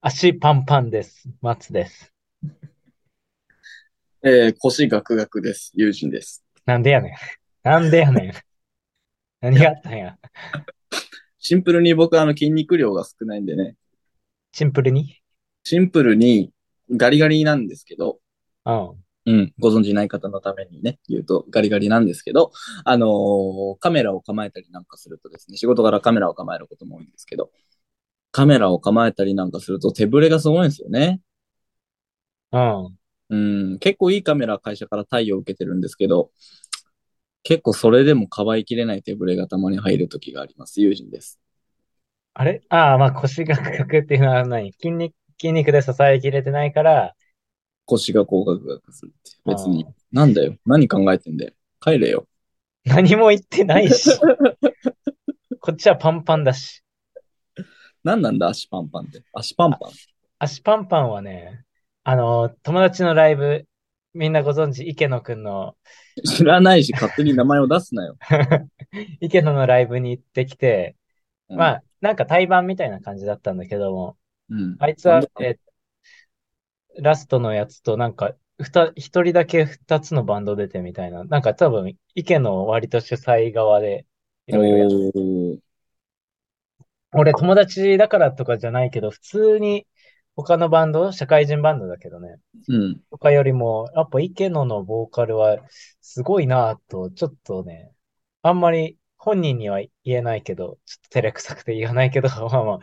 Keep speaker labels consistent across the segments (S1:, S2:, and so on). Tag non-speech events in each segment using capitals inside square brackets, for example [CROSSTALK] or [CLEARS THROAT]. S1: 足パンパンです。松です。
S2: えー、腰ガクガクです。友人です。
S1: なんでやねん。なんでやねん。何があったんや。
S2: シンプルに僕はあの筋肉量が少ないんでね、
S1: シンプルに
S2: シンプルにガリガリなんですけど、
S1: うん。
S2: うん、ご存知ない方のためにね、言うとガリガリなんですけど、あのーカメラを構えたりなんかするとですね、仕事からカメラを構えることも多いんですけど、カメラを構えたりなんかすると手ぶれがすごいんですよね。
S1: うん。
S2: うん、結構いいカメラ会社から貸与を受けてるんですけど、結構それでもかばいきれない手ぶれがたまに入る時があります。友人です。
S1: あれああ、まあ腰がガクっていうのは何筋肉、筋肉で支えきれてないから、
S2: 腰がこうガクガクするって。別に
S1: あー。
S2: なんだよ。何考えてんだよ。帰れよ。
S1: 何も言ってないし。こっちはパンパンだし。
S2: 何なんだ足パンパンって。足パンパン。
S1: 足パンパンはね、あの、友達のライブ、みんなご存知、池野くんの、
S2: 知らないし、勝手に名前を出すなよ。
S1: 池野のライブに行ってきて、
S2: うん
S1: まあ、なんか対バンみたいな感じだったんだけども、
S2: うん。
S1: あいつは
S2: なん、だ
S1: えーラストのやつと、なんか、ふた、一人だけ二つのバンド出てみたいな。なんか多分、池の割と主催側で、いろいろやっ
S2: おー
S1: 俺、友達だからとかじゃないけど、普通に、他のバンド、社会人バンドだけどね、
S2: うん。
S1: とかよりも、やっぱ池野のボーカルは、すごいなぁと、ちょっとね、あんまり本人には言えないけど、ちょっと照れくさくて言わないけど、 [LAUGHS] まあまあ、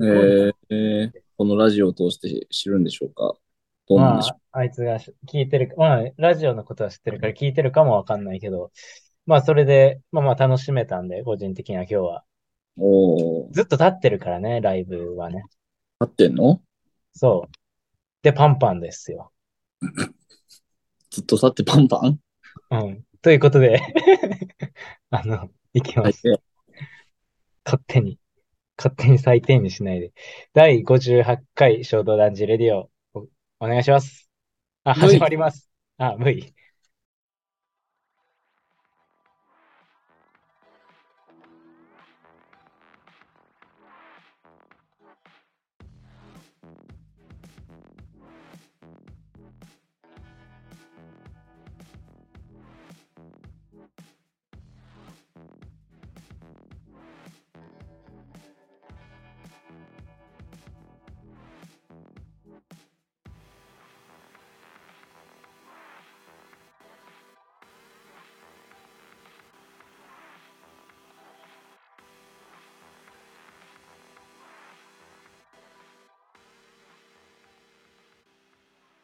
S2: えーえーこのラジオを通して知るんでしょうかどうなん
S1: ま
S2: でしょ
S1: あ、あいつがし聞いてる、まあ、ラジオのことは知ってるから聞いてるかもわかんないけど、まあ、それで、まあまあ楽しめたんで、個人的には今日は。
S2: う。おおー。
S1: ずっと立ってるからね、ライブはね。
S2: 合ってんの
S1: そう。で、パンパンですよ。
S2: ずっと立ってパンパン
S1: うん。ということで、 [LAUGHS] あの、いきます。
S2: はい
S1: 勝手に、勝手に最低にしないで。第58回衝動男児レディオ、お、お願いします。あ、
S2: V
S1: 始まります。あ、V。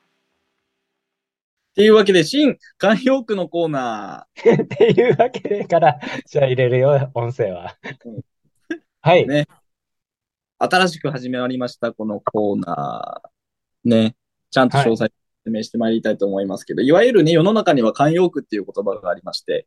S2: っていうわけで、新、慣用句のコーナ
S1: っていうわけでから、じゃあ入れるよ、音声は
S2: うん。
S1: はい。
S2: ねー。新しく始まりました、このコーナー。ね。ちゃんと詳細説明してまいりたいと思いますけど、いわゆるね、世の中には慣用句っていう言葉がありまして、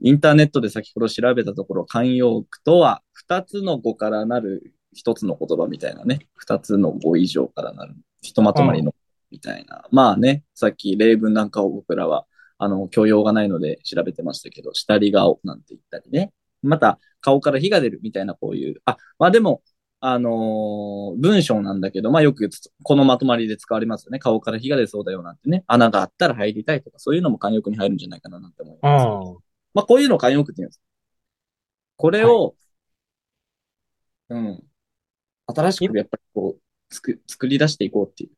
S2: インターネットで先ほど調べたところ、慣用句とは、二つの語からなる一つの言葉みたいなね。二つの語以上からなる、ひとまとまりの、みたいな。まあね、さっき例文なんかを僕らは、あの、教養がないので調べてましたけど、下り顔なんて言ったりね。また、顔から火が出るみたいなこういう、あ、まあでも、あのー文章なんだけど、まあよくつこのまとまりで使われますよね。顔から火が出そうだよなんてね。穴があったら入りたいとか、そういうのも慣用句に入るんじゃないかななんて思います。
S1: うん。
S2: まあ、こういうのを慣用句って言うんです。これを、うん。新しくやっぱりこう、つく、作り出していこうっていう。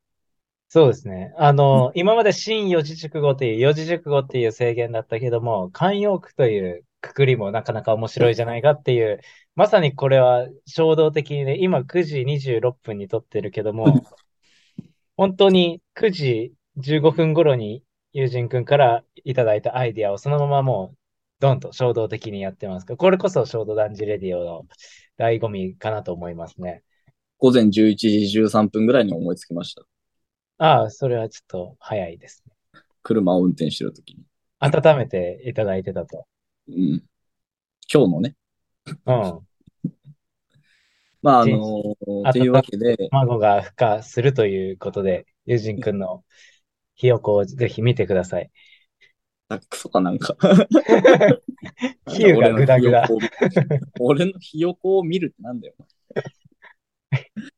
S1: そうですね。あの、今まで新四字熟語という、四字熟語っていう制限だったけども、慣用句というくくりもなかなか面白いじゃないかっていう、まさにこれは衝動的にね、今9時26分に撮ってるけども、本当に9時15分頃に友人くんからいただいたアイディアをそのままもう、ドンと衝動的にやってますから、これこそ衝動男児レディオの醍醐味かなと思いますね。
S2: 午前11時13分ぐらいに思いつきました。
S1: ああ、それはちょっと早いですね。
S2: 車を運転してるときに。
S1: 温めていただいてたと。
S2: うん。今日のね。
S1: うん。
S2: まあ、あのー
S1: あ
S2: っていうわけで、
S1: 孫が孵化するということで、友人くんのひよこをぜひ見てください。
S2: あ、クソかなんか。
S1: [LAUGHS] 比喩がグダグダ
S2: 俺のひよこを。俺のひよこを見るってなんだよ。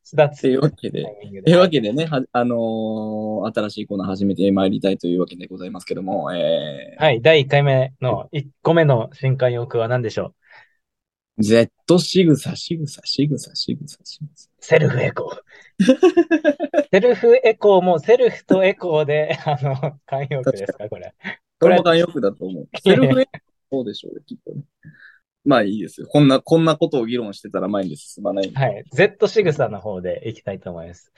S1: 巣立
S2: とい
S1: つ
S2: うわけで
S1: タイ、ミング
S2: とい
S1: で。
S2: うわけでね、はあのー新しいコーナー始めてまいりたいというわけでございますけども、え
S1: はい、第1回目の、1個目の新慣用句は何でしょう
S2: ー、Z 仕草、仕草、仕草、仕草、仕草。
S1: セルフエコ
S2: [LAUGHS]
S1: ー。セルフエコーもセルフとエコーで、あの、慣用句ですか、これ。
S2: これも慣用句だと思う。セルフエそうでしょうね、きっとね。まあいいですよ。こんな、こんなことを議論してたら前に進まないんで。
S1: はい。Z 仕草の方でいきたいと思います。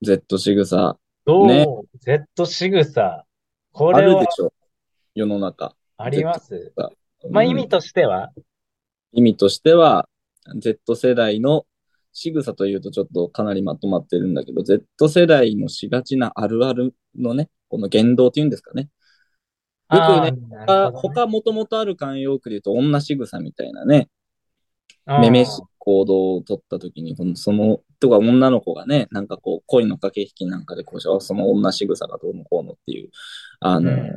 S2: Z 仕草、
S1: どう、
S2: ね
S1: ?Z 仕草。こ
S2: あ
S1: れ
S2: る
S1: は
S2: でしょう。世の中。
S1: あります。
S2: うん
S1: まあ、意味としては、
S2: 意味としては、Z 世代の仕草というとちょっとかなりまとまってるんだけど、Z 世代のしがちなあるあるのね、この言動っていうんですかね。よくね、
S1: あーなるほどね
S2: 他他もともとある慣用句で言うと、女仕草みたいなね、
S1: うん
S2: めめしい行動を取った時に、このその、とか女の子がね、なんかこう、恋の駆け引きなんかでこう、その女仕草がどうのこうのっていう、あ
S1: う
S2: の、
S1: ん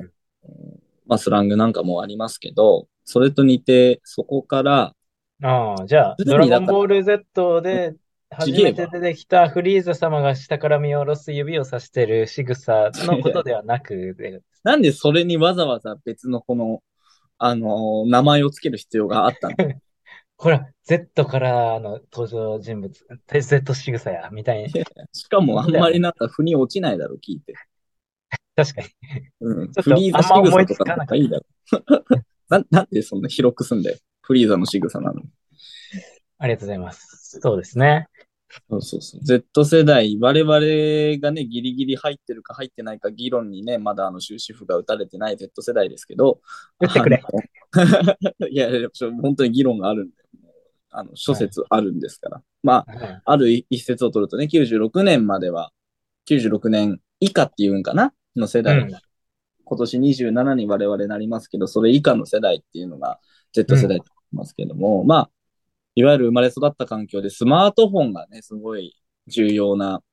S2: まあ、スラングなんかもありますけど、それと似て、そこから、
S1: ああ、じゃあ、
S2: 常
S1: ドラ
S2: にだ
S1: ゴ
S2: から
S1: ンボール Z で初めて出てきたフリーザ様が下から見下ろす指を指してる仕草のことではなく、で
S2: なんでそれにわざわざ別のこの、あのー名前をつける必要があったの
S1: [LAUGHS] ほら、Z からの登場人物、で Z 仕草や、み
S2: [LAUGHS]
S1: たいに。
S2: しかもあんまりなんか腑に落ちないだろ、聞いて。
S1: 確かに。
S2: うん
S1: ちょ。っと
S2: フリーザ仕
S1: あんま思い
S2: 草
S1: つ
S2: と
S1: か
S2: か
S1: なかっ
S2: な
S1: た
S2: んかいいだろ。 [LAUGHS] な、なんでそんな広くすんだよ。フリーザの仕草なのに。
S1: ありがとうございます。そうですね。
S2: そうそうそう。Z 世代、我々がね、ギリギリ入ってるか入ってないか議論にね、まだあの終止符が打たれてない Z 世代ですけど、
S1: 打ってくれ
S2: あの。 [LAUGHS] いや、いやちょ本当に議論があるんで、あの、諸説あるんですから。まあ、
S1: うん
S2: ある一説を取るとね、96年までは、96年以下っていうんかなの世代、
S1: うん
S2: 今年27に我々なりますけど、それ以下の世代っていうのが Z 世代って言いますけども、まあ、いわゆる生まれ育った環境でスマートフォンがね、すごい重要な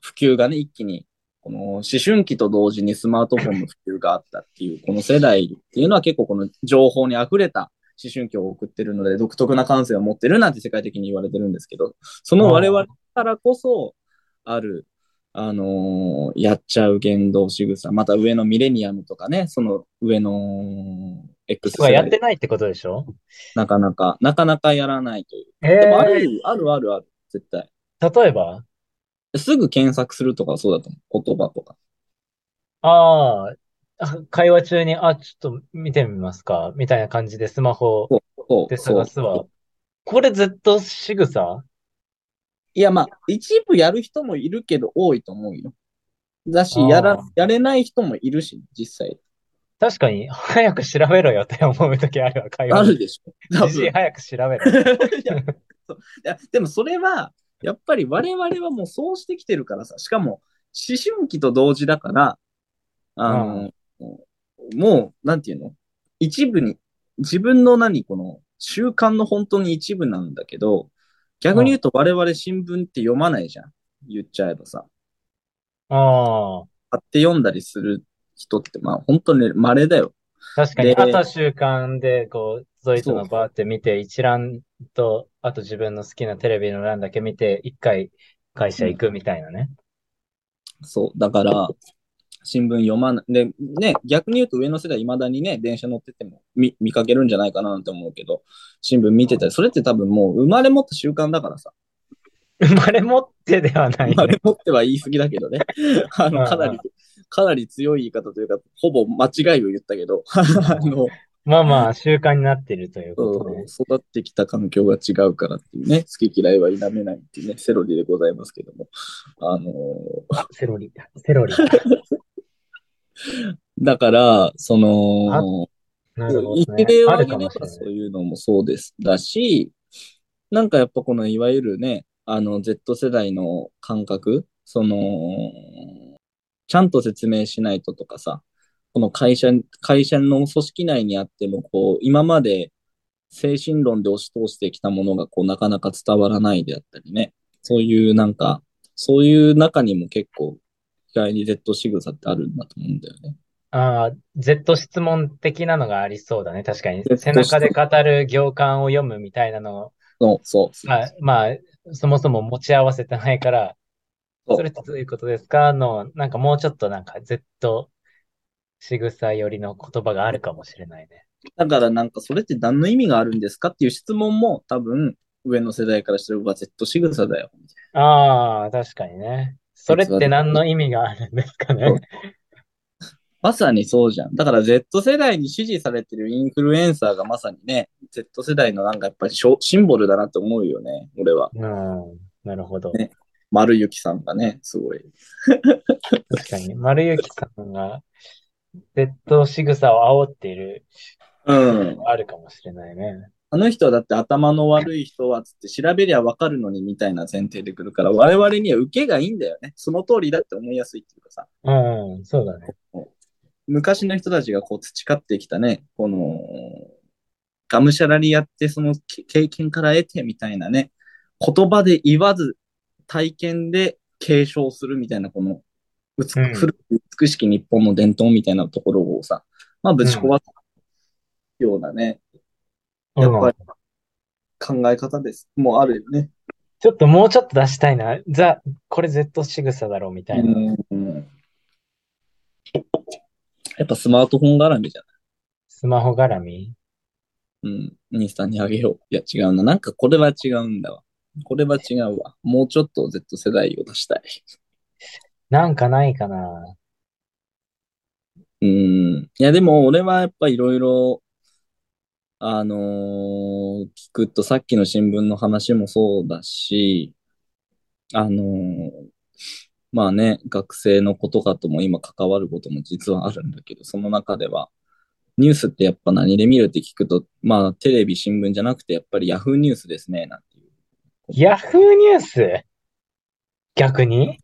S2: 普及がね、一気に、この思春期と同時にスマートフォンの普及があったっていう、この世代っていうのは結構この情報に溢れた思春期を送ってるので、独特な感性を持ってるなんて世界的に言われてるんですけど、その我々からこそある、あのーやっちゃう言動仕草、また上のミレニアムとかね、その上の X
S1: 人が
S2: 世
S1: やっ
S2: 代
S1: てないってことでしょ
S2: なかなか、なかなかやらないという。
S1: え
S2: でもある、
S1: え
S2: あるあるある、絶対。
S1: 例えば
S2: すぐ検索するとかそうだと思う。言葉とか。
S1: あああ、会話中に、あ、ちょっと見てみますか、みたいな感じでスマホ
S2: そう、
S1: で
S2: そう
S1: 探すわ。これ Z 仕草
S2: いや、まあ、一部やる人もいるけど多いと思うよ。だし
S1: あ、ー
S2: やら、やれない人もいるし、実際。
S1: 確かに、早く調べろよって思うときあるわ、会話
S2: あ
S1: の
S2: るでしょ。多
S1: 自信
S2: 分。
S1: 早く調べろ。
S2: [LAUGHS] いやそういやでもそれは、やっぱり我々はもうそうしてきてるからさ、しかも思春期と同時だから、あの、もう、なんていうの一部に、自分の何、この習慣の本当に一部なんだけど、逆に言うと我々新聞って読まないじゃん。言っちゃえばさ。
S1: ああ、
S2: 買って読んだりする人って、まあ本当に稀だよ。
S1: 確かに、
S2: で
S1: 朝習慣で、こう、ゾイトのバーって見て、一覧と、あと自分の好きなテレビの欄だけ見て、一回会社行くみたいなね。
S2: そう。だから、新聞読まない。で、ね、逆に言うと上の世代未だにね、電車乗ってても見見かけるんじゃないかななんて思うけど、新聞見てたり、それって多分もう生まれ持った習慣だからさ。
S1: 生まれ持ってではない
S2: 生
S1: ね
S2: まれ持っては言い過ぎだけどね。 [LAUGHS] あの、かなり、かなり強い言い方というか、ほぼ間違いを言ったけど、 [LAUGHS] あの、
S1: まあまあ、習慣になってるということ
S2: うん
S1: ね。
S2: 育ってきた環境が違うからっていうね、好き嫌いは否めないっていうね、セロリでございますけども。あの
S1: あセロリ、セ
S2: [LAUGHS]
S1: ロリ。
S2: だから、その、
S1: なるほ
S2: 一
S1: どね。
S2: 例を
S1: ある
S2: 挙
S1: か
S2: げれ
S1: もしれ
S2: ば
S1: ない
S2: そ。ういうのもそうです。だし、なんかやっぱこのいわゆるね、あの Z 世代の感覚、その、ちゃんと説明しないととかさ、この会社、会社の組織内にあっても、こう、今まで精神論で押し通してきたものが、こう、なかなか伝わらないであったりね、そういうなんか、そういう中にも結構、意外に Z 仕草ってあるんだと思うんだよね。
S1: ああ、Z 質問的なのがありそうだね。確かに。
S2: Z
S1: 背中で語る行間を読むみたいなの
S2: そう、そう、そう。
S1: まあ、まあ、そもそも持ち合わせてないから、
S2: そう
S1: それってどういうことですかの、なんかもうちょっとなんか Z 仕草寄りの言葉があるかもしれないね。
S2: だからなんかそれって何の意味があるんですかっていう質問も多分上の世代からしたらうわ Z 仕草だよ。
S1: ああ、確かにね。それって何の意味があるんですかね。
S2: まさにそうじゃん。だから Z 世代に支持されてるインフルエンサーがまさにね、Z 世代のなんかやっぱりショシンボルだなって思うよね。俺は。
S1: うん、なるほど。
S2: ね丸ゆきさんがね、すごい。
S1: 確かに。丸雪さんが Z 仕草を煽っている、
S2: うん。
S1: あるかもしれないね。
S2: あの人はだって頭の悪い人はつって調べりゃわかるのにみたいな前提で来るから、我々には受けがいいんだよね。その通りだって思いやすいっていうかさ。
S1: うん、そうだね。
S2: 昔の人たちがこう培ってきたね、この、がむしゃらにやって、そのけ経験から得てみたいなね、言葉で言わず、体験で継承するみたいな、この、美
S1: うん
S2: 古く美しき日本の伝統みたいなところをさ、まあ、ぶち壊すようなね、やっぱり考え方です。もうあるよね。
S1: ちょっともうちょっと出したいな。ザ、これ Z 仕草だろうみたいな。
S2: うんやっぱスマートフォン絡みじゃん
S1: スマホ絡み
S2: うん。インスタにあげよう。いや、違うな。なんかこれは違うんだわ。これは違うわ。もうちょっと Z 世代を出したい。
S1: なんかないかな。
S2: うん。いや、でも俺はやっぱいろいろ、あのー聞くとさっきの新聞の話もそうだし、あのーまあね、学生の子とかとも今関わることも実はあるんだけど、その中では、ニュースってやっぱ何で見るって聞くと、まあテレビ、新聞じゃなくてやっぱりヤフーニュースですね、なんていう。
S1: ヤフーニュース逆に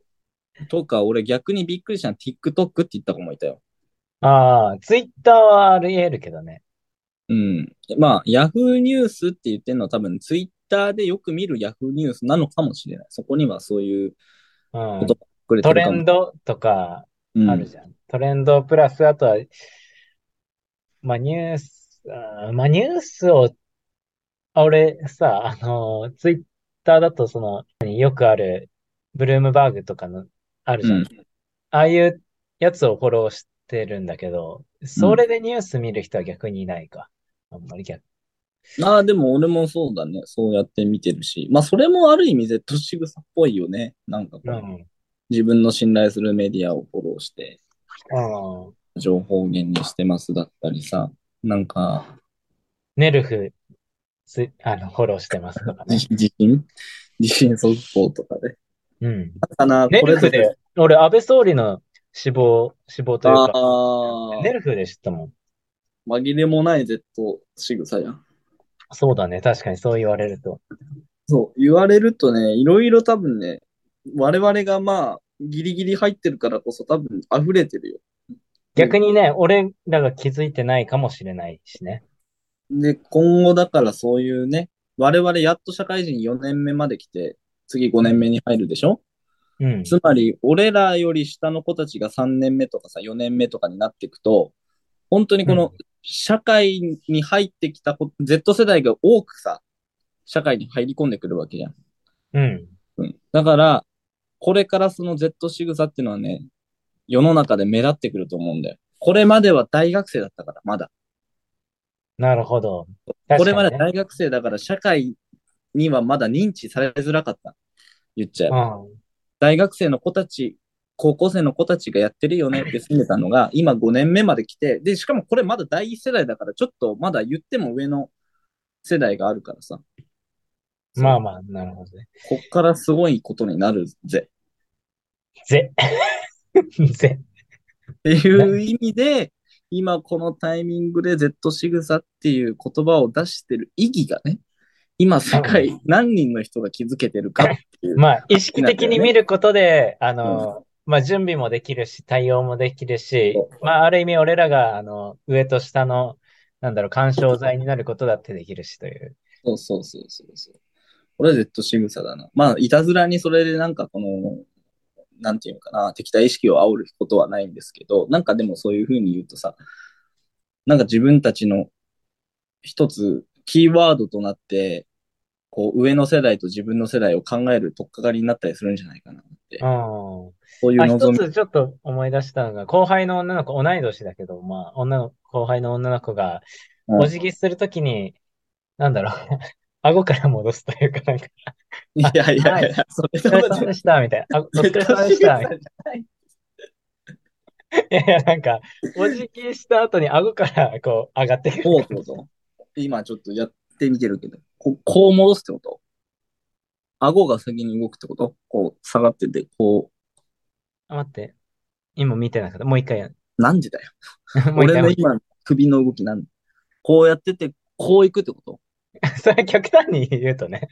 S2: とか、俺逆にびっくりしたの TikTok って言った子もいたよ。
S1: ああ、ツイッターはあり得るけどね。
S2: うん。まあ、Yahoo ニュースって言ってるのは多分 Twitter でよく見る Yahoo ニュースなのかもしれない。そこにはそういう
S1: うん
S2: 言。葉くれて
S1: ト
S2: るか
S1: レ
S2: も。
S1: ンドとか
S2: うん
S1: あるじゃん。トレンドプラス、あとは、まあニュース、あーまあニュースを、あ俺さ、あの、ツイッターだとその、何よくある、ブルームバーグとかの、あるじゃん。
S2: うん
S1: ああいうやつをフォローしてるんだけど、それでニュース見る人は逆にいないか。あんまり逆。
S2: ああ、でも俺もそうだね。そうやって見てるし。まあ、それもある意味 Z 仕草っぽいよね。なんかこう、
S1: うん。
S2: 自分の信頼するメディアをフォローして、
S1: うん。
S2: 情報源にしてますだったりさ。なんか、
S1: ネルフ、つ、あの、フォローしてますとかね。
S2: 地地震地震速報とか
S1: [LAUGHS]
S2: で。
S1: うん。
S2: だから、
S1: ネ
S2: これ
S1: ル
S2: ぞ
S1: フで、俺、安倍総理の死亡、死亡というか、
S2: ああ。
S1: ネルフで知ったもん。
S2: 紛れもない Z 仕草やん。
S1: そうだね。確かにそう言われると。
S2: そう、言われるとね、いろいろ多分ね、我々がまあ、ギリギリ入ってるからこそ多分溢れてるよ。
S1: 逆にね、俺らが気づいてないかもしれないしね。
S2: で、今後だからそういうね、我々やっと社会人4年目まで来て、次5年目に入るでしょ
S1: うん。
S2: つまり、俺らより下の子たちが3年目とかさ、4年目とかになっていくと、本当にこ
S1: うん
S2: の社会に入ってきた子、Z 世代が多くさ、社会に入り込んでくるわけじゃん。
S1: うん。
S2: うん。だから、これからその Z 仕草っていうのはね、世の中で目立ってくると思うんだよ。これまでは大学生だったから、まだ。
S1: なるほど。
S2: こ
S1: 確
S2: れ
S1: か
S2: ま
S1: に
S2: で
S1: ね。
S2: 大学生だから、社会にはまだ認知されづらかった。言っちゃえば。
S1: うん。
S2: 大学生の子たち、高校生の子たちがやってるよねって住んでたのが、今5年目まで来て、で、しかもこれまだ第一世代だから、ちょっとまだ言っても上の世代があるからさ。
S1: まあまあ、なるほどね。
S2: こっからすごいことになるぜ。
S1: ぜ。 [LAUGHS] ぜ。
S2: っていう意味で、今このタイミングで Z 仕草っていう言葉を出してる意義がね、今世界何人の人が気づけてるかっていう。
S1: まあ、意識的に見ることで、あの、まあ、準備もできるし、対応もできるし
S2: そ、
S1: まあ、ある意味、俺らが、あの、上と下の、なんだろう、干渉剤になることだってできるしという。
S2: そうそうそうそうそう。これは Z 仕草だな。まあ、いたずらにそれでなんかこの、なんていうのかな、敵対意識を煽ることはないんですけど、なんかでもそういうふうに言うとさ、なんか自分たちの一つキーワードとなって、こう、上の世代と自分の世代を考える取っかかりになったりするんじゃないかなっ
S1: う
S2: て。
S1: ん。
S2: そういう
S1: あ、一
S2: 望み。
S1: つちょっと思い出したのが、後輩の女の子、同い年だけど、まあ、女の、後輩の女の子が、
S2: うん
S1: お辞儀するときに、なんだろう、 [LAUGHS] 顎から戻すというか、
S2: [LAUGHS]
S1: なんか、
S2: いやいやい
S1: は
S2: や、それ
S1: お
S2: と
S1: 疲れ
S2: は
S1: 様でした、みた
S2: [LAUGHS]
S1: いな。あ、お疲れ様でし
S2: 絶対
S1: た、み
S2: 仕草
S1: たい
S2: じゃない
S1: な。いやいや、なんか、お辞儀した後に顎から、こう、上がってくる。
S2: そうそうそう。今ちょっとやってみてるけど、ここう戻すってこと顎が先に動くってことこう下がってて、こ
S1: あ待って。今見てなかった。もう一回やる。
S2: う、なんでだよ。
S1: もう一
S2: 俺
S1: 回
S2: の今の首の動きなんでこうやってて、こう行くってこと
S1: [LAUGHS] それ極端に言うとね。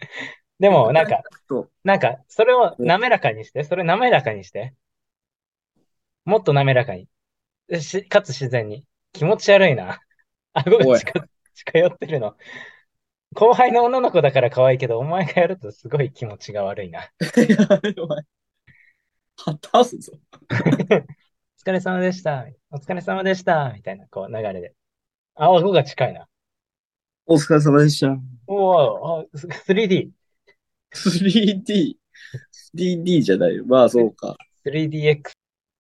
S1: でも、なんか、
S2: そう
S1: なんか、それを滑らかにして、それ滑らかにして。もっと滑らかに。し、かつ自然に。気持ち悪いな。 [LAUGHS] 顎が近、近寄ってるの。後輩の女の子だから可愛いけど、お前がやるとすごい気持ちが悪いな。 [LAUGHS]
S2: [LAUGHS] やばい。果たすぞ。
S1: お疲れ様でした。お疲れ様でした。みたいな、こう、流れで。あ、顎が近いな。
S2: お疲れ様でした。
S1: おー、あ、す 3D。
S2: 3D。3D じゃないよ。まあそうか。
S1: 3DX。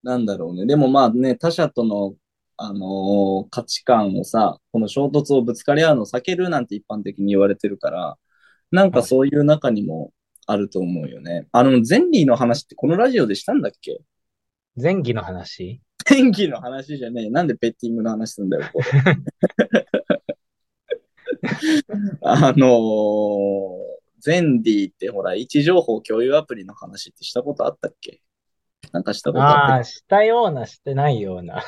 S2: なんだろうね。でもまあね、他者との、あのー価値観をさ、この衝突をぶつかり合うのを避けるなんて一般的に言われてるから、なんかそういう中にもあると思うよね。あの、ゼンリーの話ってこのラジオでしたんだっけ
S1: 前儀の話
S2: 天気の話じゃねえ。なんでベッティングの話すんだよ、これ。あのー、ゼンディってほら、位置情報共有アプリの話ってしたことあったっけなんかしたことあったっ
S1: あ
S2: け
S1: あ、したような、してないような。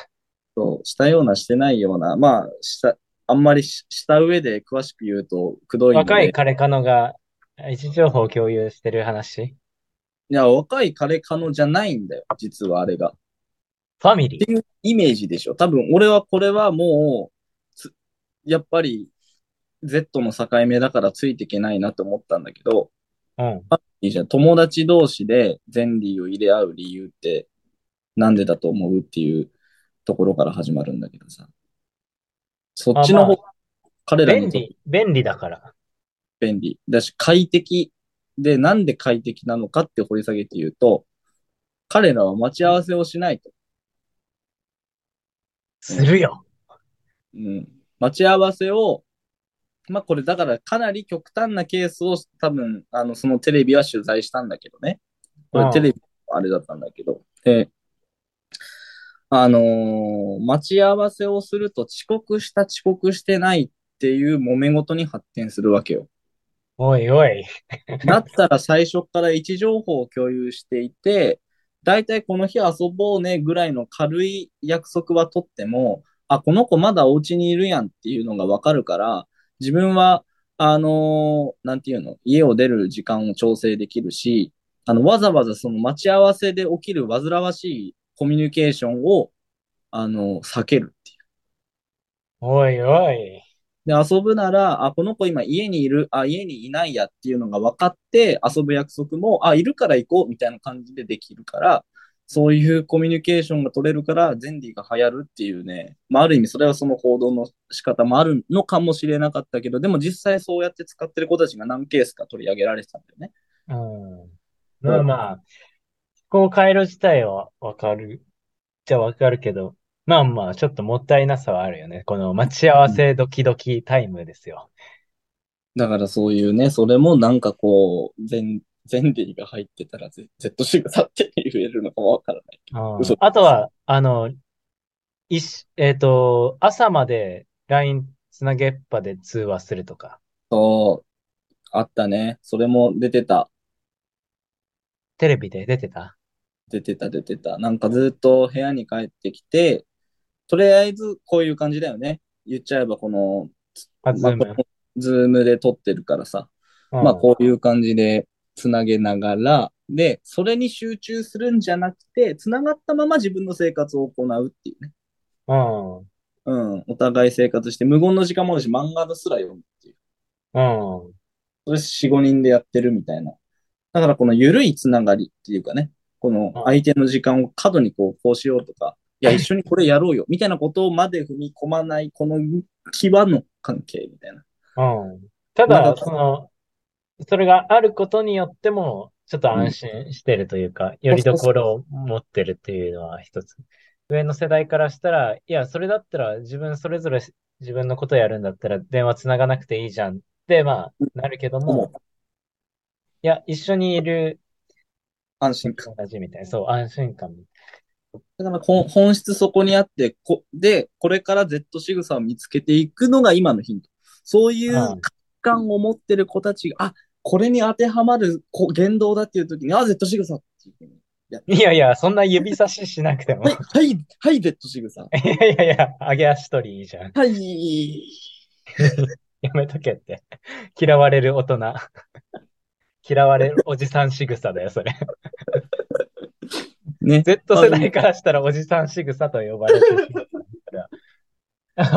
S2: そう、したような、してないような、まあ、した、あんまりしした上で詳しく言うと、くどいので
S1: 若い彼カノが位置情報を共有してる話
S2: いや、若い彼カノじゃないんだよ、実はあれが。
S1: ファミリー
S2: イメージでしょ。多分、俺はこれはもう、つやっぱり、Z の境目だからついていけないなと思ったんだけど、
S1: うん。
S2: いいじゃん。友達同士でゼンリーを入れ合う理由って、なんでだと思うっていうところから始まるんだけどさ。そっちの方、
S1: あま
S2: 彼らにと
S1: 便
S2: って
S1: 利、便利だから。
S2: 便利だし、快適で、なんで快適なのかって掘り下げて言うと、彼らは待ち合わせをしないと。
S1: するよ。
S2: うん。待ち合わせを、まあこれだからかなり極端なケースを多分、あの、そのテレビは取材したんだけどね。こ
S1: ああ
S2: れテレビのあれだったんだけど。で、あのー待ち合わせをすると遅刻した遅刻してないっていう揉め事に発展するわけよ。
S1: おいおい。
S2: だったら最初から位置情報を共有していて、だいたいこの日遊ぼうねぐらいの軽い約束は取っても、あ、この子まだお家にいるやんっていうのがわかるから、自分は、あのーなんていうの、家を出る時間を調整できるし、あの、わざわざその待ち合わせで起きる煩わしいコミュニケーションを、あの避けるっていう。
S1: おいおい。
S2: で、遊ぶなら、あ、この子今家にいる、あ、家にいないやっていうのが分かって、遊ぶ約束も、あ、いるから行こうみたいな感じでできるから、そういうコミュニケーションが取れるから、ゼンディが流行るっていうね、まあ、ある意味それはその行動の仕方もあるのかもしれなかったけど、でも実際そうやって使ってる子たちが何ケースか取り上げられてたんだよね。
S1: うん。まあまあ、思考回路自体はわかる。じゃわかるけど、まあまあ、ちょっともったいなさはあるよね。この待ち合わせドキドキタイムですよ。
S2: だからそういうね、それもなんかこう、ゼン、ゼンディが入ってたら、Z Z 仕草って言えるのかもわからない。
S1: うん
S2: 嘘
S1: あとは、あの、いし、えっと、朝まで LINE つなげっぱで通話するとか。
S2: そう、あったね。それも出てた。
S1: テレビで出てた
S2: 出てた、出てた。なんかずっと部屋に帰ってきて、とりあえずこういう感じだよね。言っちゃえばこの、
S1: あ、ズーム
S2: まあこのズームで撮ってるからさ。
S1: うん
S2: まあこういう感じでつなげながら、で、それに集中するんじゃなくて、つながったまま自分の生活を行うっていうね。
S1: うん。
S2: うん。お互い生活して、無言の時間もあるし、漫画すら読むっていう。
S1: うん。
S2: それ4、5人でやってるみたいな。だからこの緩いつながりっていうかね、この相手の時間を過度にこう、こうしようとか、いや、一緒にこれやろうよ、みたいなことまで踏み込まない、この際の関係みたいな。
S1: うん。ただ、
S2: なんか
S1: その、それがあることによっても、ちょっと安心してるというか、よりどころを持ってるっていうのは一つ。上の世代からしたら、いや、それだったら自分それぞれ自分のことやるんだったら電話つながなくていいじゃんって、まあ、なるけども、いや、一緒にいる
S2: 安心感。
S1: 同じみたいな、そう、安心感。
S2: だから本本質そこにあってこ、で、これから Z 仕草を見つけていくのが今のヒント。そういう
S1: は
S2: 価
S1: い
S2: 値観を持ってる子たちが、あ、これに当てはまるこ言動だっていう時に、あ、Z 仕草っていうふうに。
S1: いやいや、そんな指差ししなくても。
S2: [LAUGHS] はい、はい、はい、Z 仕草。
S1: いやいやいや、揚げ足取りいいじゃん。
S2: はい。
S1: やめとけって。嫌われる大人。嫌われるおじさん仕草だよ、それ。
S2: ね。
S1: Z 世代からしたらおじさん仕草と呼ばれてしまうから。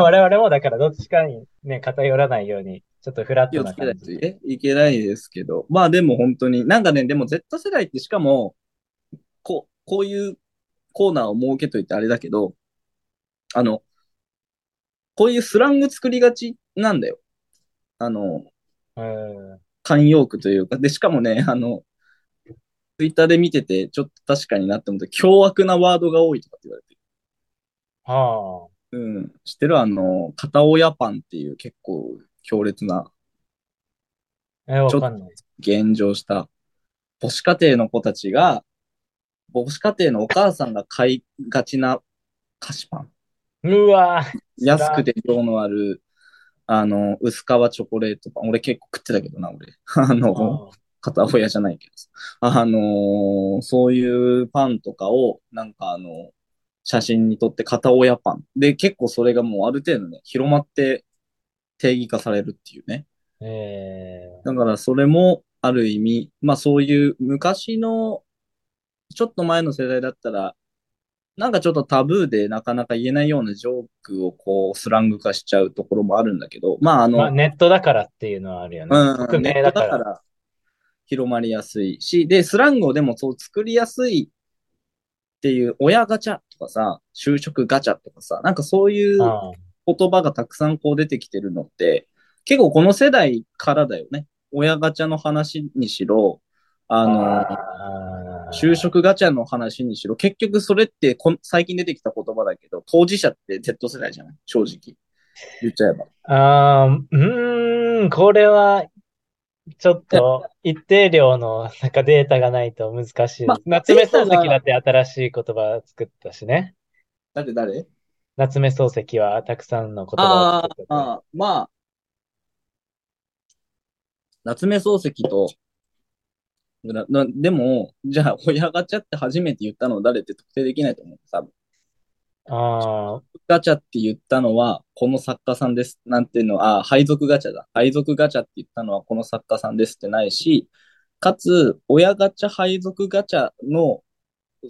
S1: 我々もだからどっちかにね、偏らないように、ちょっとフラッ
S2: 気
S1: ト
S2: を
S1: な
S2: つけな
S1: 感
S2: いと
S1: じ。
S2: いけないですけど、まあでも本当に、なんかね、でも Z 世代ってしかも、こう、こういうコーナーを設けといてあれだけど、あの、こういうスラング作りがちなんだよ。あの、
S1: うん。
S2: 慣用句というか、で、しかもね、あの、ツイッターで見てて、ちょっと確かになって思った凶悪なワードが多いとかって言われて
S1: は
S2: る。うん。知ってるあの、片親パンっていう結構強烈な
S1: あ。え、わかんない。
S2: 現状した母子家庭の子たちが、母子家庭のお母さんが買いがちな菓子パン。
S1: うわぁ。
S2: 安くて量のある、あの、薄皮チョコレートパン。俺結構食ってたけどな、俺。 [LAUGHS] あの、片親じゃないけどさ。あのーそういうパンとかを、なんかあの、写真に撮って片親パン。で、結構それがもうある程度ね、広まって定義化されるっていうね。
S1: ええ
S2: だからそれもある意味、まあそういう昔の、ちょっと前の世代だったら、なんかちょっとタブーでなかなか言えないようなジョークをこうスラング化しちゃうところもあるんだけど、まああ
S1: まあ、
S2: の、
S1: ネットだからっていうのはあるよね。
S2: うん、
S1: 匿名
S2: ネッ
S1: だ
S2: ト
S1: か。
S2: だからら広まりやすいし、で、スラングをでもそう作りやすいっていう親ガチャとかさ、就職ガチャとかさ、なんかそういう
S1: あ
S2: 言葉がたくさんこう出てきてるのって、結構この世代からだよね。親ガチャの話にしろ、あの、
S1: あ
S2: 就職ガチャの話にしろ、結局それってこん最近出てきた言葉だけど、当事者って Z 世代じゃない正直。言っちゃえば。
S1: あー、うーん、これは、ちょっと、一定量の、なんかデータがないと難しい
S2: まあ。
S1: 夏目漱
S2: データ
S1: 石
S2: が
S1: だって新しい言葉作ったしね。
S2: だって誰
S1: 夏目漱石はたくさんの言葉を
S2: あ
S1: 作
S2: ー
S1: ったと。
S2: あー、まあ。夏目漱石と、ななでも、じゃあ、親ガチャって初めて言ったの誰って特定できないと思う。多分
S1: あー
S2: ガチャって言ったのは、この作家さんです。なんていうのは、あ、配属ガチャだ。配属ガチャって言ったのは、この作家さんですってないし、かつ、親ガチャ、配属ガチャの、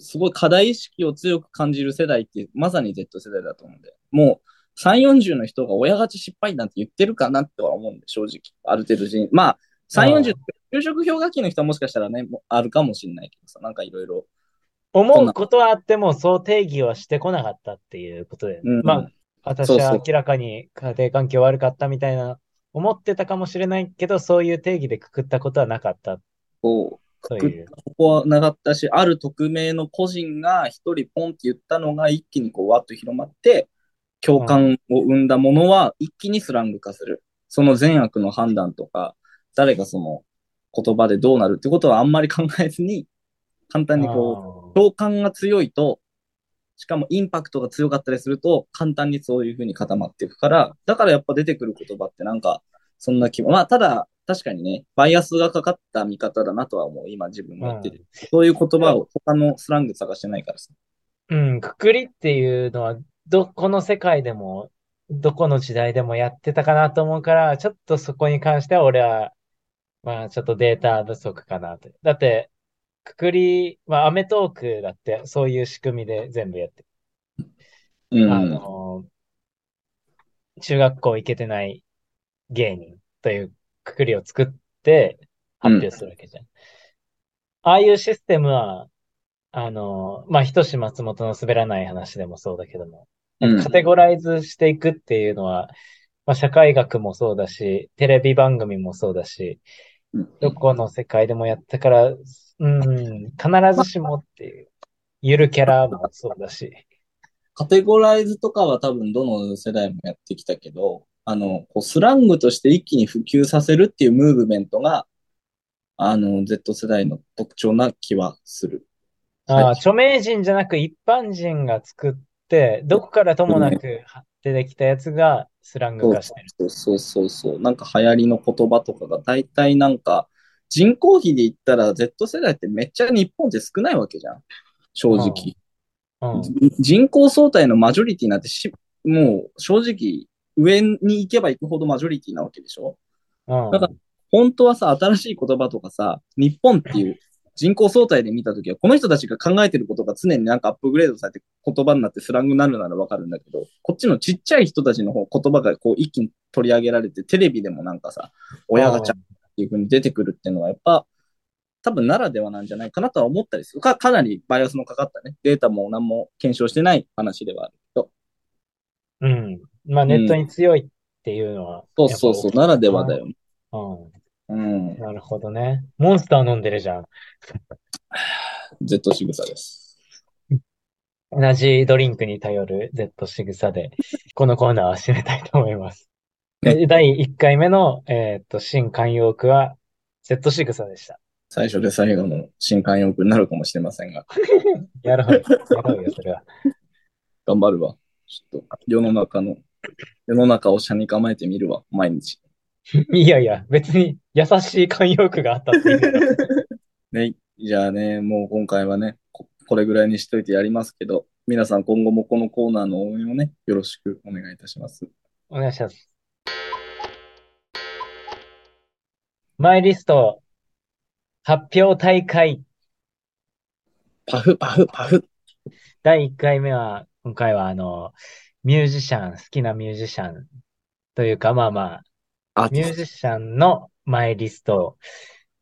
S2: すごい課題意識を強く感じる世代って、まさに Z 世代だと思うんで、もう、3、40の人が親ガチャ失敗なんて言ってるかなっては思うんで、正直。ある程度人、まあ、3、40、就職氷河期の人はもしかしたらね、もうあるかもしれないけどさ、なんかいろいろ。
S1: 思うことはあっても、そう定義はしてこなかったっていうことで、
S2: うん
S1: まあ、私
S2: そう
S1: は
S2: そう
S1: 明らかに家庭環境悪かったみたいな、思ってたかもしれないけど、そういう定義でくくったことはなかった
S2: こう、
S1: という。
S2: ここはなかったし、ある匿名の個人が一人ポンって言ったのが一気にこうわっと広まって、共感を生んだものは一気にスラング化する。その善悪の判断とか、誰がその言葉でどうなるってことはあんまり考えずに、簡単にこう、
S1: あー
S2: 共感が強いと、しかもインパクトが強かったりすると、簡単にそういう風に固まっていくから、だからやっぱ出てくる言葉ってなんか、そんな気も。まあ、ただ、確かにね、バイアスがかかった見方だなとは思う、今自分もやってて。そういう言葉を他のスラング探してないからさ。
S1: うん、くくりっていうのは、どこの世界でも、どこの時代でもやってたかなと思うから、ちょっとそこに関しては俺は、まあちょっとデータ不足かなと。だって、くくり、まあアメトークだってそういう仕組みで全部やって
S2: う
S1: あ
S2: ん。
S1: の、中学校行けてない芸人というくくりを作って発表するわけじゃん。ああいうシステムは、あの、まあ、ひとし松本の滑らない話でもそうだけども、
S2: うん
S1: カテゴライズしていくっていうのは、まあ、社会学もそうだし、テレビ番組もそうだし、
S2: うん
S1: どこの世界でもやったから、うん、必ずしもっていう。ゆるキャラもそうだし。
S2: カテゴライズとかは多分どの世代もやってきたけど、あの、こうスラングとして一気に普及させるっていうムーブメントが、あの、Z 世代の特徴な気はする。
S1: ああ、
S2: はい
S1: 著名人じゃなく一般人が作って、どこからともなく出てきたやつがスラング化してる。
S2: そうそうそうそう。なんか流行りの言葉とかが大体なんか、人口比で言ったら Z 世代ってめっちゃ日本って少ないわけじゃん。正直。
S1: うん。
S2: 人口相対のマジョリティなんてし、もう正直上に行けば行くほどマジョリティなわけでしょ
S1: うん。
S2: だから本当はさ、新しい言葉とかさ、日本っていう人口相対で見たときは、この人たちが考えてることが常になんかアップグレードされて言葉になってスラングになるならわかるんだけど、こっちのちっちゃい人たちの方、言葉がこう一気に取り上げられて、テレビでもなんかさ、親ガチャっていう風に出てくるっていうのはやっぱ、多分ならではなんじゃないかなとは思ったりする。か、かなりバイアスのかかったね。データも何も検証してない話ではあるけど。
S1: うん。まあ、ネットに強いっていうのは、
S2: そうそうそう、ならではだよ。
S1: よ。
S2: うん
S1: うん。。なるほどね。モンスター飲んでるじゃん。
S2: Z 仕草です。
S1: 同じドリンクに頼る Z 仕草で、このコーナーは締めたいと思います。
S2: ね
S1: え第1回目の、えーっと、新慣用句は Z 仕草でした。
S2: 最初で最後の新刊用句になるかもしれませんが、
S1: やろう。やろうよ、それは。
S2: 頑張るわ。ちょっと世の中の、世の中を車に構えてみるわ、毎日。
S1: いやいや、別に優しい慣用句があったっていうのは。
S2: ね、じゃあね、もう今回はねこ、これぐらいにしといてやりますけど、皆さん今後もこのコーナーの応援をね、よろしくお願いいたします。
S1: お願いします。マイリスト、発表大会
S2: パフパフパフ。
S1: 第1回目は、今回はあの、ミュージシャン、好きなミュージシャンというか、まあまあ、
S2: あ、
S1: ミュージシャンのマイリストを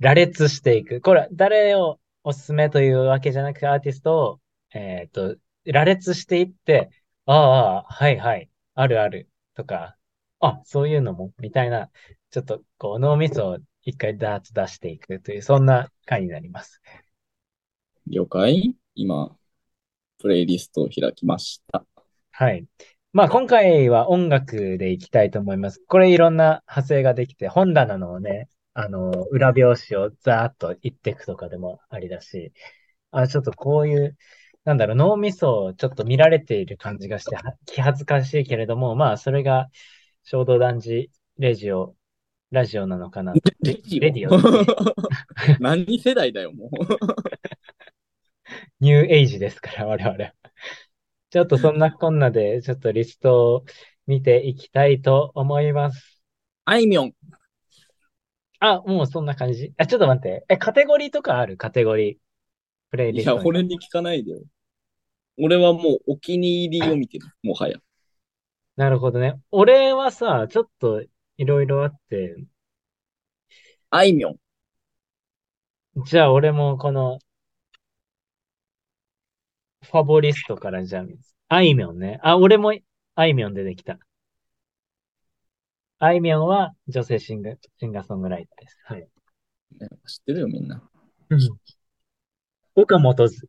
S1: 羅列していく。これ、誰をおすすめというわけじゃなくて、アーティストを、えっと、羅列していって、ああ、ああはいはい、あるある、とか、あ、そういうのも、みたいな、ちょっと、こう、脳みそを一回ダーッと出していくという、そんな回になります。
S2: 了解。今、プレイリストを開きました。
S1: はい。まあ、今回は音楽でいきたいと思います。これいろんな派生ができて、本棚のね、あの、裏表紙をざーっと言っていくとかでもありだし、あ、ちょっとこういう、なんだろう、脳みそをちょっと見られている感じがして、は気恥ずかしいけれども、まあ、それが、衝動男児レジオ、ラジオなのかな。
S2: レディオ
S1: レディオ
S2: [LAUGHS] 何世代だよ、もう。
S1: ニューエイジですから、我々。 [LAUGHS] ちょっとそんなこんなで、ちょっとリストを見ていきたいと思います。
S2: あいみょん。
S1: あ、もうそんな感じ。あ、ちょっと待って。え、カテゴリーとかあるカテゴリー。プレイリ
S2: い
S1: スト
S2: や、
S1: に。
S2: 俺に聞かないでよ。俺はもうお気に入りを見てる、もはや。
S1: なるほどね。俺はさ、ちょっといろいろあって、
S2: あいみょん。
S1: じゃあ俺もこの、ファボリストからじゃあ、あいみょんね。あ、俺もあいみょん出てきた。あいみょんは女性シンガ、シンガーソングライターです。はい。
S2: 知ってるよ、みんな。
S1: 岡本図。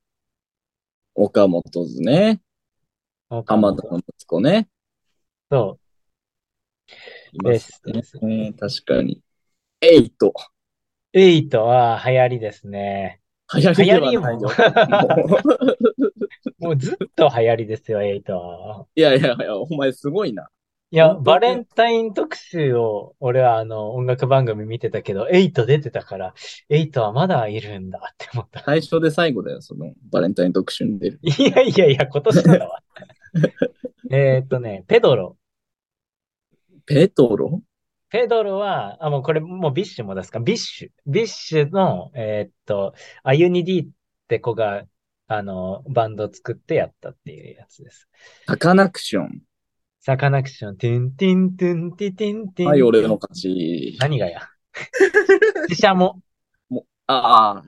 S2: 岡本図ね。
S1: 岡
S2: 浜
S1: 本
S2: 田の息子ね。
S1: そ。
S2: いうま
S1: ですす。
S2: ね。ね確かに。エイト。
S1: エイトは流行りですね。
S2: 流行りではないよ。もう
S1: もうずっと流行りですよ、エイトは。
S2: いやいやいや、お前すごいな。
S1: いや、
S2: 本当ね
S1: バレンタイン特集を、俺はあの、音楽番組見てたけど、エイト出てたから、エイトはまだいるんだって思った。
S2: 最初で最後だよ、そのバレンタイン特集に出る。
S1: いやいやいや、今年からは。 [LAUGHS] えーっとね、ペドロ。
S2: ペトロ
S1: ペドロは、あ、もうこれ、もうビッシュも出すか。ビッシュ。ビッシュの、えーっと、アユニディって子が、あの、バンド作ってやったっていうやつです。
S2: タカナクション。
S1: サカナクション、ティンティンティンティティンティン。
S2: はい、俺の勝ち。
S1: 何がや。死者も。
S2: ああ。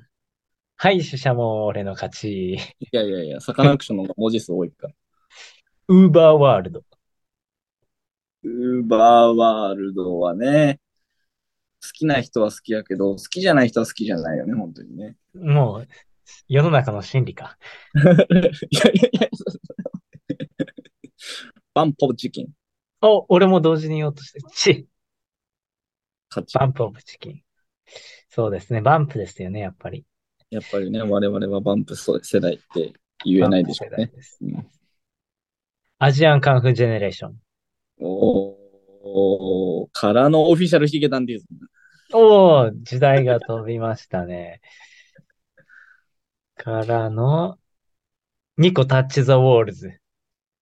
S1: はい、死者も俺の勝ち。
S2: いやいやいや、サカナクションの方が文字数多いから。
S1: ウーバーワールド。
S2: ウーバーワールドはね、きな人は好きやけど、好きじゃない人は好きじゃないよね、本当にね。
S1: もう、世の中の真理か。
S2: いやいやいや、そうそう [LAUGHS] バンポブチキン。
S1: お、俺も同時に言おうとして。チ
S2: 勝ち。
S1: バンプオブチキン。そうですね。バンプですよね、やっぱり。
S2: やっぱりね、我々はバンプ世代って言えないでしょう
S1: バン
S2: ね
S1: プ。世代です
S2: うん
S1: アジアンカンフージェネレーション。
S2: おー、からのオフィシャルヒゲダンディズム。
S1: おお、時代が飛びましたね。 [LAUGHS] からの、ニコタッチザウォールズ。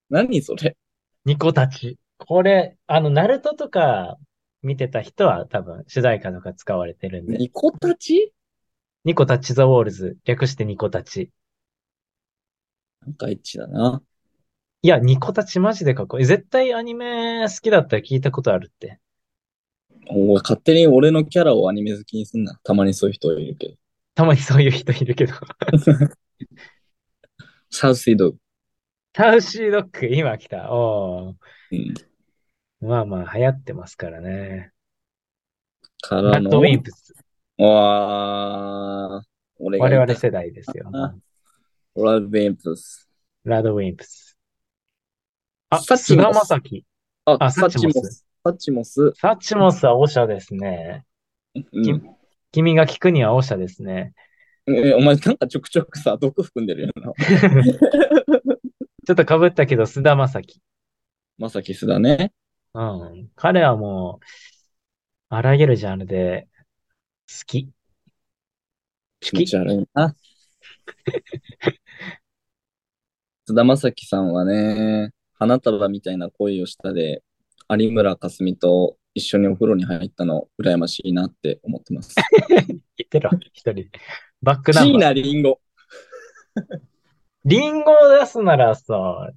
S2: 何それ
S1: ニコタチ。これ、あの、ナルトとか見てた人は多分主題歌とか使われてるんで。
S2: ニコたち
S1: ニコタッチザウォールズ。略してニコタチ。
S2: なんかエッチだな。
S1: いや、ニコタチマジでかっこいい。絶対アニメ好きだったら聞いたことあるって。
S2: おー勝手に俺のキャラをアニメ好きにすんな。たまにそういう人いるけど。
S1: たまにそういう人いるけど。 [LAUGHS]
S2: サウスイド。
S1: タウシードック、今来た。お
S2: うん。
S1: お。まあまあ、流行ってますからね。
S2: か
S1: ラ
S2: ら
S1: ット
S2: の
S1: ウ、ィンプス。
S2: わー、俺が
S1: 我
S2: 言っ
S1: 々
S2: た
S1: 世代ですよ。
S2: あラッドウィンプス。
S1: ラドウィンプス。あ、
S2: サッチ
S1: 菅
S2: モス
S1: 田将暉。
S2: あ、
S1: あ
S2: サチ
S1: サチ
S2: モ
S1: モ
S2: ス。サチモス。
S1: サッチモスはオシャですね。
S2: うん、
S1: 君が聞くにはオシャですね。
S2: えお前なんかちょくちょくさ、毒含んでるよな。
S1: ちょっと被ったけど、菅田将暉。
S2: まさきすだね。
S1: うん。彼はもう、あらゆるジャンルで、好き。
S2: 気持ち悪いな。菅田将暉さんはね、花束みたいな恋をしたで、有村架純と一緒にお風呂に入ったの、羨ましいなって思って [LAUGHS] ます。
S1: 言ってろ、一人で。バックナンバー。
S2: 椎名林檎。
S1: リンゴを出すならさ、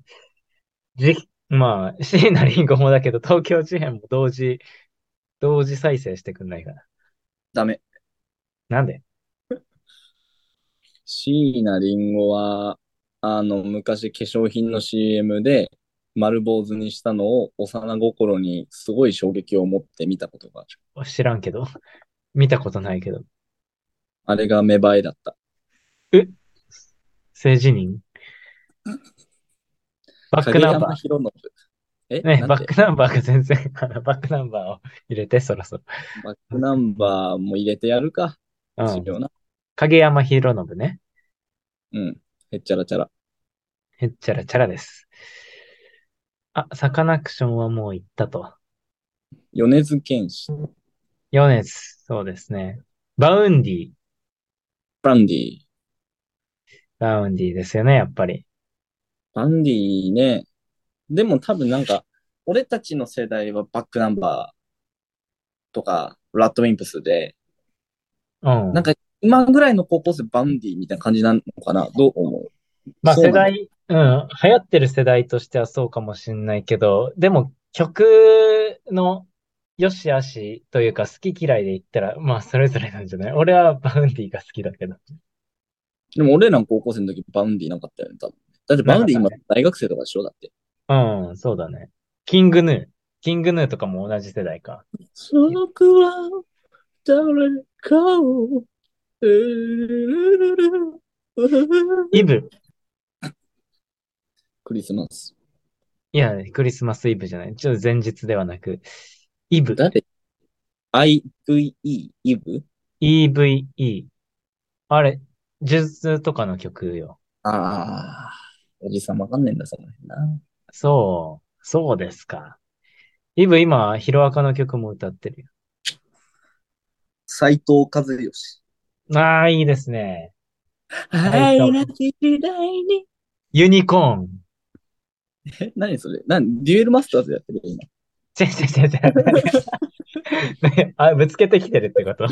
S1: じ、まあ、椎名林檎もだけど、東京事変も同時、同時再生してくんないかな。
S2: ダメ。
S1: なんで
S2: 椎名林檎は、あの、昔化粧品の CM で丸坊主にしたのを幼心にすごい衝撃を持って見たことがある。
S1: 知らんけど。見たことないけど。
S2: あれが芽生えだった。
S1: 性自認バック
S2: 影
S1: ナン
S2: 山
S1: バー。
S2: 博信。え、
S1: ね、
S2: なん
S1: バ
S2: て
S1: ックナンバーが全然、あのバックナンバーを入れて、そろそろ。
S2: バックナンバーも入れてやるか。
S1: う
S2: 一
S1: ん。
S2: 応な。
S1: 影山博信ね。
S2: うん。へっちゃらちゃら。
S1: へっちゃらちゃらです。あ、サカナクションはもう行ったと。
S2: 米津玄師、
S1: ヨネズ、そうですね。バウンディ、
S2: バンディ。
S1: バウンディですよね、やっぱり。
S2: バンディね。でも多分なんか、俺たちの世代はバックナンバーとか、ラッドウィンプスで、
S1: うん。
S2: なんか今ぐらいの高校生バンディみたいな感じなのかなどう思う
S1: まあ
S2: そう
S1: 世
S2: なの
S1: 代、うん、流行ってる世代としてはそうかもしんないけど、でも曲の良し悪しというか好き嫌いで言ったら、まあそれぞれなんじゃない俺はバウンディが好きだけど。
S2: でも俺らの高校生の時バンディなかったよね、多分。だってバンディ
S1: な
S2: 今
S1: か
S2: 大学生とかでしょだって。
S1: うん、そうだね。キングヌー。キングヌーとかも同じ世代か。
S2: その子は誰かを、えるるるる
S1: イブ。
S2: クリスマス。
S1: いや、クリスマスイブじゃない。ちょっと前日ではなく、イブ。
S2: 誰 ?IVE? イブ
S1: EVE。あれ、ジュズとかの曲よ。
S2: ああ、おじさんわかんねえんだ、その辺な。
S1: そう、そうですか。イブ今、ヒロアカの曲も歌ってるよ
S2: 斎藤和義。
S1: ああ、いいですね。
S2: はいい、なき時代に。
S1: ユニコーン。
S2: え、何それ何デュエルマスターズやってる今。
S1: 違う違う違
S2: [LAUGHS]
S1: う違うあ、ぶつけてきてるってこと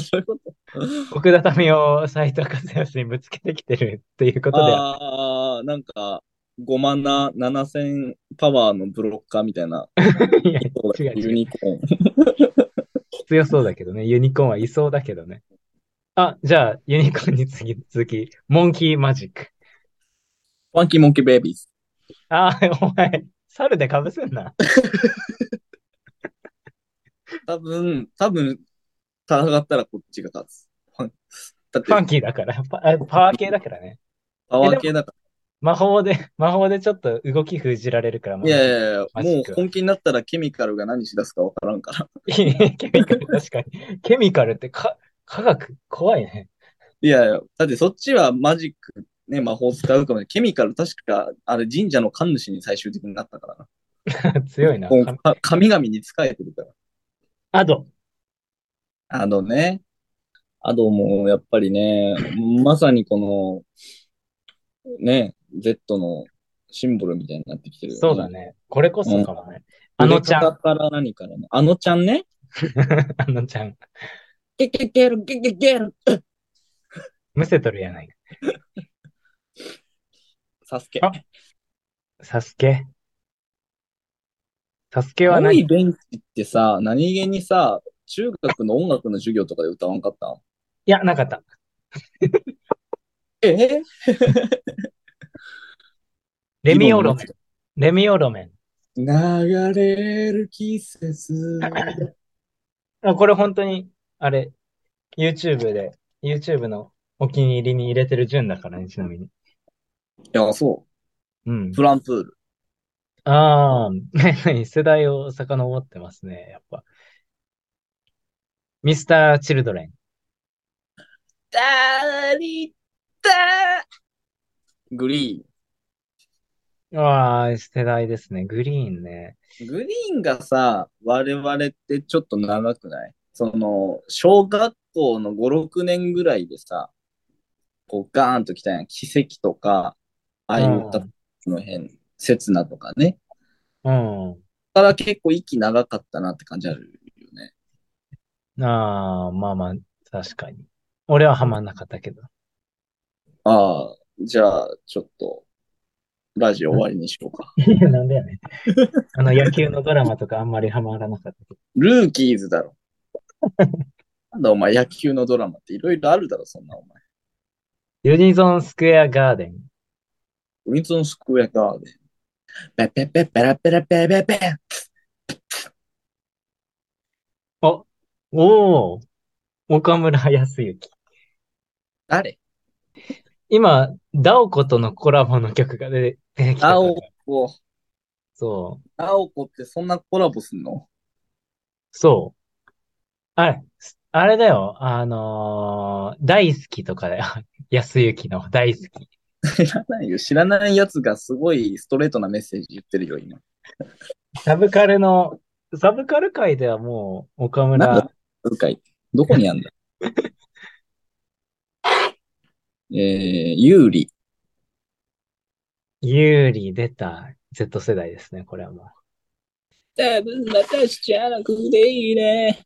S2: そういうこと
S1: 奥田民を斎藤和義にぶつけてきてるっていうことで。
S2: ああ、なんか、5万な7000パワーのブロッカーみたいな。
S1: いや [LAUGHS] 違う違う
S2: ユニコーン。
S1: 強そうだけどね。ユニコーンはいそうだけどね。あ、じゃあ、ユニコーンに次、続き、モンキーマジック。
S2: ファンキーモンキーベイビーズ。
S1: ああ、お前、猿で被せんな。
S2: 多分、多分、戦ったらこっちが勝つ。 [LAUGHS] だって
S1: ファ、ンキーだから、パあパワー系だからね。
S2: パワー系だか
S1: 魔法で、 [LAUGHS] 魔法でちょっと動き封じられるから、ま
S2: ら。いやいやいや、
S1: マジッ
S2: も
S1: ク
S2: う本気になったらケミカルが何しだすかわからんから。 [LAUGHS]
S1: ケミカル、確かに。ケミカルってか、科学、怖いね。 [LAUGHS]
S2: いやいや、だってそっちはマジック、ね、魔法使うかもね。ケミカル、確か、あれ神社の神主に最終的になったからな。
S1: 強いな。
S2: もうか神々に仕えてるから。
S1: アド。
S2: あのね、あともうやっぱりね、まさにこの、ね、Z のシンボルみたいになってきてるよね。
S1: そうだね。これこそかもね。あ
S2: 触れ
S1: のちゃん。
S2: 方
S1: [LAUGHS] あ
S2: から何からね。あのちゃんね。
S1: のちゃん。
S2: ゲゲゲル、ゲゲゲル。
S1: むせとるやないか。
S2: サスケ。
S1: あサスケ。サスケは
S2: 青
S1: 何
S2: いベンチってさ、何気にさ、中学の音楽の授業とかで歌わんかったん
S1: いや、なかった。
S2: ええ
S1: レミオロメン。レミオロメン。
S2: 流れる季節。
S1: あこれ本当に、あれ、YouTube で、YouTube のお気に入りに入れてる順だからね、ちなみに。
S2: いや、そう
S1: うん。。
S2: フランプール。
S1: ああ、 [LAUGHS] 世代を遡ってますね、やっぱ。ミスター・チルドレン。
S2: ダーリダーグリーン。
S1: ああ、世代ですね。グリーンね。
S2: グリーンがさ、我々ってちょっと長くないその、小学校の5、6年ぐらいでさ、こうガーンと来たやん。奇跡とか、ああいう歌の辺、刹那とかね。
S1: うん。
S2: だから結構息長かったなって感じあるよね。
S1: ああ、まあまあ、確かに。俺はハマんなかったけど。
S2: ああ、じゃあ、ちょっと、ラジオ終わりにしようか。
S1: [LAUGHS] なんでやねん。 [LAUGHS] あの、野球のドラマとかあんまりハマらなかったけど。
S2: ルーキーズだろ。なんだお前、野球のドラマっていろいろあるだろ、そんなお前。
S1: ユニゾンスクエアガーデン。
S2: ウィンズンスクエアガーデン。ペペペペラペラペペペン。
S1: おお、岡村康之。
S2: 誰
S1: 今、ダオコとのコラボの曲が出て出てきたから
S2: ダオコ。
S1: そう。
S2: ダオコってそんなコラボすんの
S1: そう。あれ、すあれだよ。あのー大好きとかだよ。 [LAUGHS] 安雪の大好き。
S2: 知らないよ。知らないやつがすごいストレートなメッセージ言ってるよ、今。
S1: サブカルの、サブカル界ではもう、岡村、
S2: なんだうかい。どこにあんだえー、有利。
S1: 有利出た Z 世代ですね、これはもう。
S2: 多分私じゃなくていいね。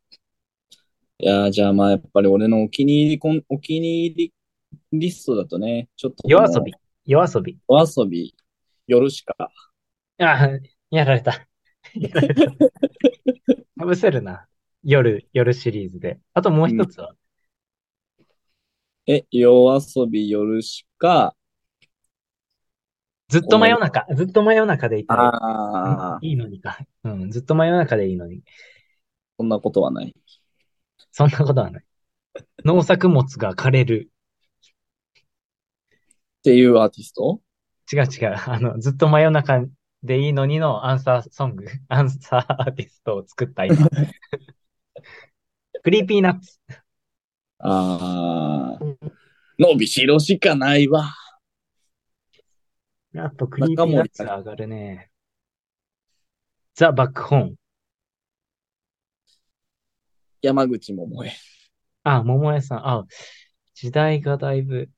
S2: いやー、じゃあまあやっぱり俺のお気に入りコン、お気に入りリストだとね、ちょっとこの
S1: 夜遊び。夜遊び。
S2: お遊び、夜しか。
S1: あ、やられた。 [LAUGHS] やられた。かぶせるな。夜、夜シリーズで。あともう一つは、
S2: え、夜遊び、夜しか。
S1: ずっと真夜中。ずっと真夜中でいたら
S2: ああ、
S1: いいのにか。うん、ずっと真夜中でいいのに。
S2: そんなことはない。
S1: そんなことはない。農作物が枯れる。
S2: っていうアーティスト
S1: 違う違う。あの、ずっと真夜中でいいのにのアンサーソング、アンサーアーティストを作った今。クリーピーナッツ。
S2: ああ、伸びしろしかないわ。
S1: やっぱクリーピーナッツが上がるね。ザ・バックホーン。
S2: 山口百恵。
S1: あ、桃江さん。あ、時代がだいぶ、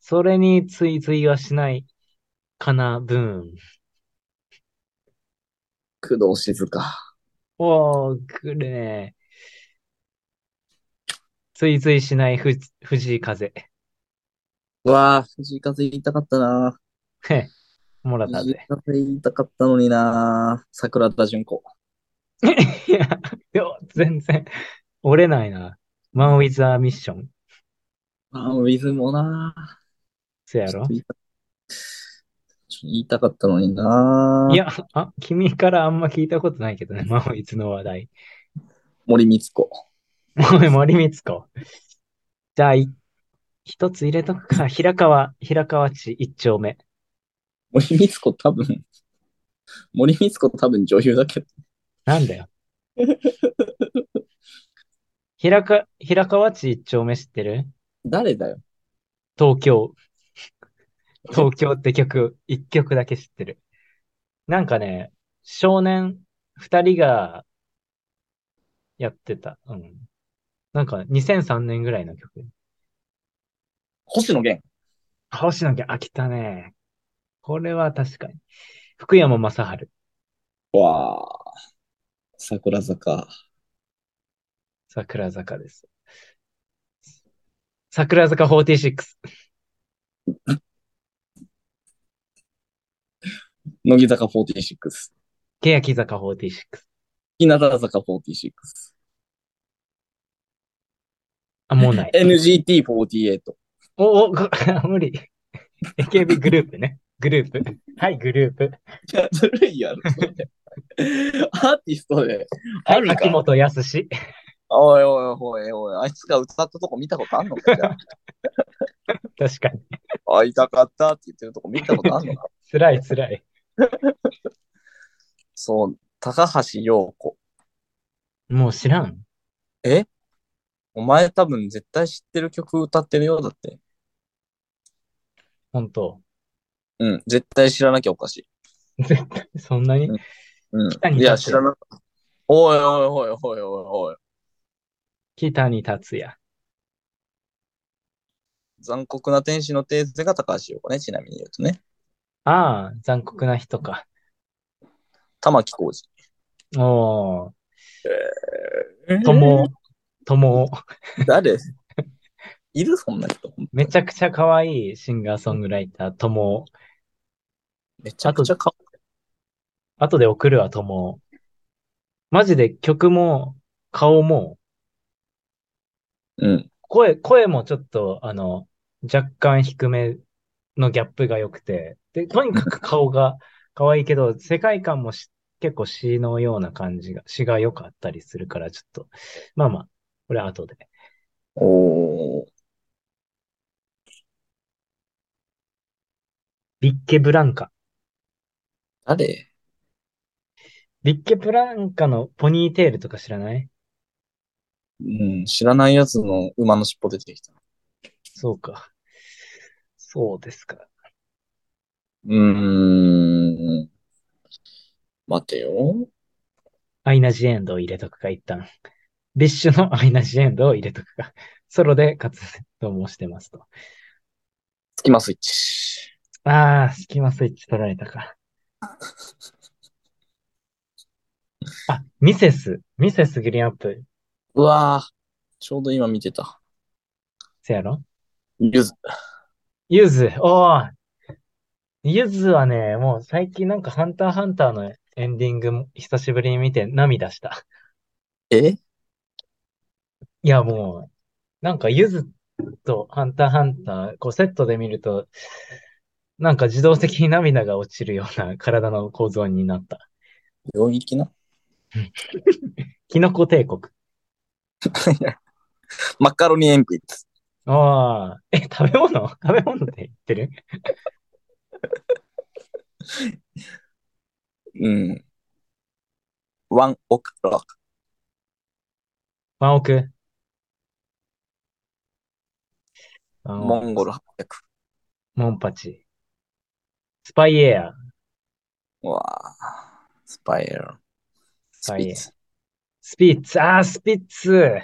S1: それに追随はしないかな、ブーン。
S2: 工藤静香。
S1: おー、くるね。追随しないふ藤井風。 [LAUGHS]
S2: うわあ、藤井風言いたかったな。
S1: へもらった
S2: 藤井
S1: ぜ。
S2: 風言いたかったのにな。桜田淳子。
S1: いや、でも全然折れないな。マン・ウィズ・ア・ミッション。
S2: ああ、ウィズもな。
S1: せやろ
S2: ちょっと言いたちょっと言いたかったのにない
S1: や、あ、君からあんま聞いたことないけどね、まあ、いつの話題。
S2: 森光子。
S1: おい森光子。じゃあ、い一つ入れとくか。平川、平川市一丁目。
S2: 森光子多分、森光子多分女優だけど。
S1: なん [LAUGHS] だよ。平か、平川市一丁目知ってる
S2: 誰だよ。
S1: 東 [LAUGHS] 京。東京って曲、一曲だけ知ってる。なんかね、少年二人がやってた。うん。なんか2003年ぐらいの曲。
S2: 星野源。
S1: 星野源、飽きたね。これは確かに。福山雅治。
S2: わあ。桜坂。
S1: 桜坂です。桜坂46。
S2: 乃木坂46。
S1: 欅坂46。
S2: 日向坂46。
S1: あ、もうない。
S2: NGT48。
S1: お、 [LAUGHS] お、ご無理。AKB グループね。グループ。はい、グループ。
S2: いや、ずるいやろ。それアーティストで、ある
S1: 秋
S2: か。
S1: 元康。 [LAUGHS]
S2: おいおいおいおい、あいつが歌ったとこ見たことあんのかじゃあ
S1: 確かに。
S2: 会いたかったって言ってるとこ見たことあんのか
S1: 辛い辛い。
S2: そう、高橋洋子。
S1: もう知らん。
S2: えお前多分絶対知ってる曲歌ってるようだって。
S1: 本当
S2: うん、絶対知らなきゃおかしい。
S1: 絶対、そんなに
S2: うんう
S1: 北
S2: ん。
S1: に
S2: いや、知らなおいおいおいおいおいおい。
S1: 北に達也。
S2: 残酷な天使のテーゼが高橋洋子ね、ちなみに言うとね。
S1: ああ、残酷な人か。
S2: 玉木浩
S1: おー、
S2: 二。
S1: とも、とも、
S2: 誰 [LAUGHS] いるそんな人。
S1: めちゃくちゃ可愛いシンガーソングライター、とも。
S2: めちゃくちゃか
S1: 後で送るわ、とも。マジで曲も、顔も、
S2: うん。
S1: 声、声もちょっと、あの、若干低めのギャップが良くて、で、とにかく顔が [LAUGHS] 可愛いけど、世界観もし結構詩のような感じが、詩が良かったりするから、ちょっと、まあまあ、これは後で。
S2: おー。
S1: ビッケブランカ。
S2: 誰
S1: ビッケブランカのポニーテールとか知らない
S2: うん、知らないやつの馬の尻尾出てきた。
S1: そうか。そうですか。
S2: うーん。待てよ。
S1: アイナ・ジ・エンドを入れとくか、一旦。ビッシュのアイナ・ジ・エンドを入れとくか。ソロで活動もしてますと。
S2: スキマスイッチ。
S1: ああ、スキマスイッチ取られたか。あ、ミセス。ミセスグリーンアップ。
S2: うわーちょうど今見てた。
S1: せやろ
S2: ゆず。
S1: ユズ。おー。ユズはね、もう最近なんかハンターハンターのエンディングも久しぶりに見て涙した。
S2: え
S1: いや、もう、なんかユズとハンターハンター、こうセットで見ると、なんか自動的に涙が落ちるような体の構造になった。
S2: 領域な [LAUGHS]
S1: キノコ帝国。
S2: マカロニ鉛筆。
S1: ああ、え、食べ物 [LAUGHS] 食べ物って言ってる
S2: うん。ワンオクロック。
S1: ワンオク。ワンオク
S2: モンゴル800。
S1: モンパチ。スパイエア。
S2: うわあ。スパイラル。ス
S1: パ
S2: ピ
S1: イエ
S2: ッ
S1: ア
S2: ツ。
S1: スピッツ。ああ、スピッツ。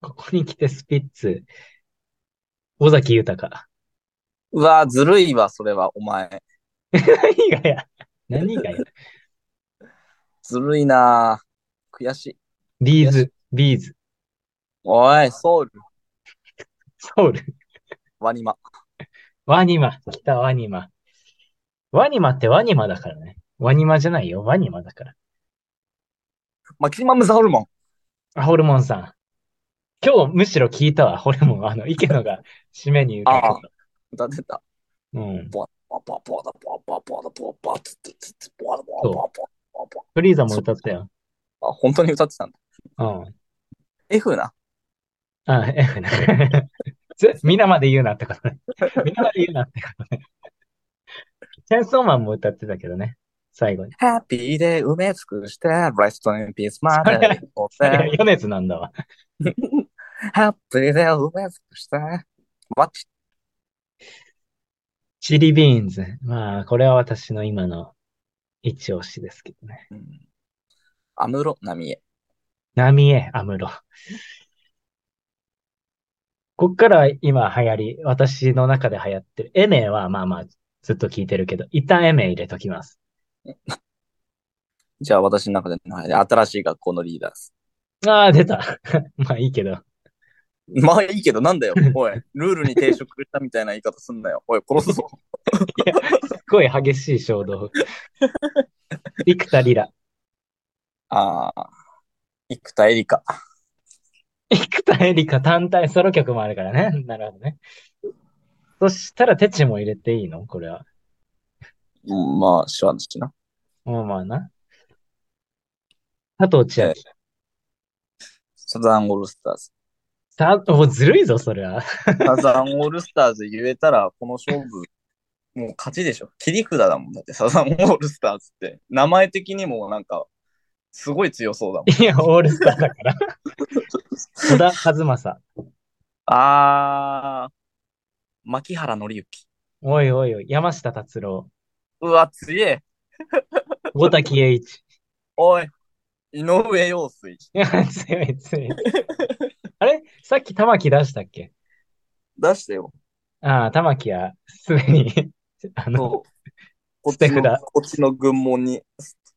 S1: ここに来てスピッツ。尾崎豊。
S2: うわーずるいわ、それは、お前。
S1: 何がや。何がや。
S2: ずるいなー悔しい。
S1: ビーズ、ビーズ、
S2: おい、ソウル、
S1: ソウル。
S2: ワニマ。
S1: ワニマ。来た、ワニマ。ワニマってワニマだからね。ワニマじゃないよ。ワニマだから。
S2: マキシマムザホルモン。
S1: あ、ホルモンさん。今日むしろ聞いたわ、ホルモン。あの、池野が締めに歌ってた。
S2: 歌ってた。
S1: うん。
S2: ボポポポだポポポだポポツツツツポだポ
S1: そう
S2: ポポポポ。
S1: フリーザも歌ったよ。
S2: あ、本当に歌ってたんだ。
S1: うん。
S2: F な。
S1: あ、F [LAUGHS] ね。ぜ皆まで言うなってことね。皆まで言うなってことね。チェンソーマンも歌ってたけどね。最後に。
S2: ハッピーで埋め尽くして、レストインピースま
S1: それ
S2: で。
S1: ヨネズなんだわ。
S2: ハッピーで埋め尽くして、What?
S1: チリビーンズ。まあ、これは私の今の一押しですけどね。
S2: うんアムロナミエ。
S1: ナミエ、アムロ。こっから今流行り、私の中で流行ってる。エメはまあまあずっと聞いてるけど、一旦エメ入れときます。
S2: じゃあ私の中での新しい学校のリーダーです。
S1: ああ、出た。 [LAUGHS] まあいいけど。
S2: [LAUGHS] まあいいけどなんだよ。おい、ルールに抵触したみたいな言い方すんなよ。おい、殺すぞ。
S1: すっごい激しい衝動。幾田リラ。
S2: ああ、生田絵梨花。
S1: 幾田エリカ単体ソロ曲もあるからね。なるほどね。そしたらテチも入れていいのこれは。
S2: うん、まあ、手話だしな。
S1: まあまあな。佐藤千
S2: え
S1: 秋
S2: え。サザンオールスターズ。
S1: さ、もうずるいぞ、それは。
S2: サザンオールスターズ言えたら、この勝負、もう勝ちでしょ。切り札だもん。だって、サザンオールスターズって、名前的にもなんか、すごい強そうだもん。
S1: いや、オールスターだから。小田和正。
S2: あー、牧原紀之。
S1: おいおいおい、山下達郎。
S2: うわ、強え。
S1: 五滝栄一。
S2: おい、井上陽水。
S1: いや、強い強い。あれさっき玉木出したっけ
S2: 出してよ。
S1: ああ、玉木は、すでに、あの、
S2: そう。 [LAUGHS] こっ
S1: 捨て
S2: ち
S1: 札
S2: の、こっちの軍門に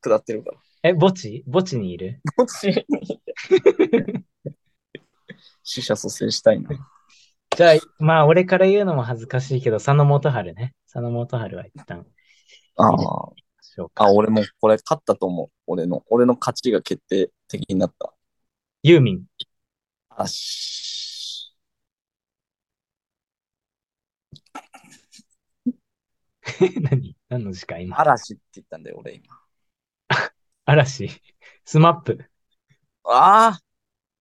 S2: 下ってるから。
S1: え、墓地墓地にいる
S2: こっちに。死者蘇生したいな。
S1: じゃあ、まあ、俺から言うのも恥ずかしいけど、佐野元春ね。佐野元春は一旦、
S2: あ
S1: あ
S2: あ。
S1: 紹介。
S2: あ、俺もこれ勝ったと思う。俺の、俺の勝ちが決定的になった。
S1: ユーミン。 [LAUGHS]
S2: あし。
S1: 何何の時間今。
S2: 嵐って言ったんだよ、俺今。
S1: 嵐。スマップ。
S2: ああ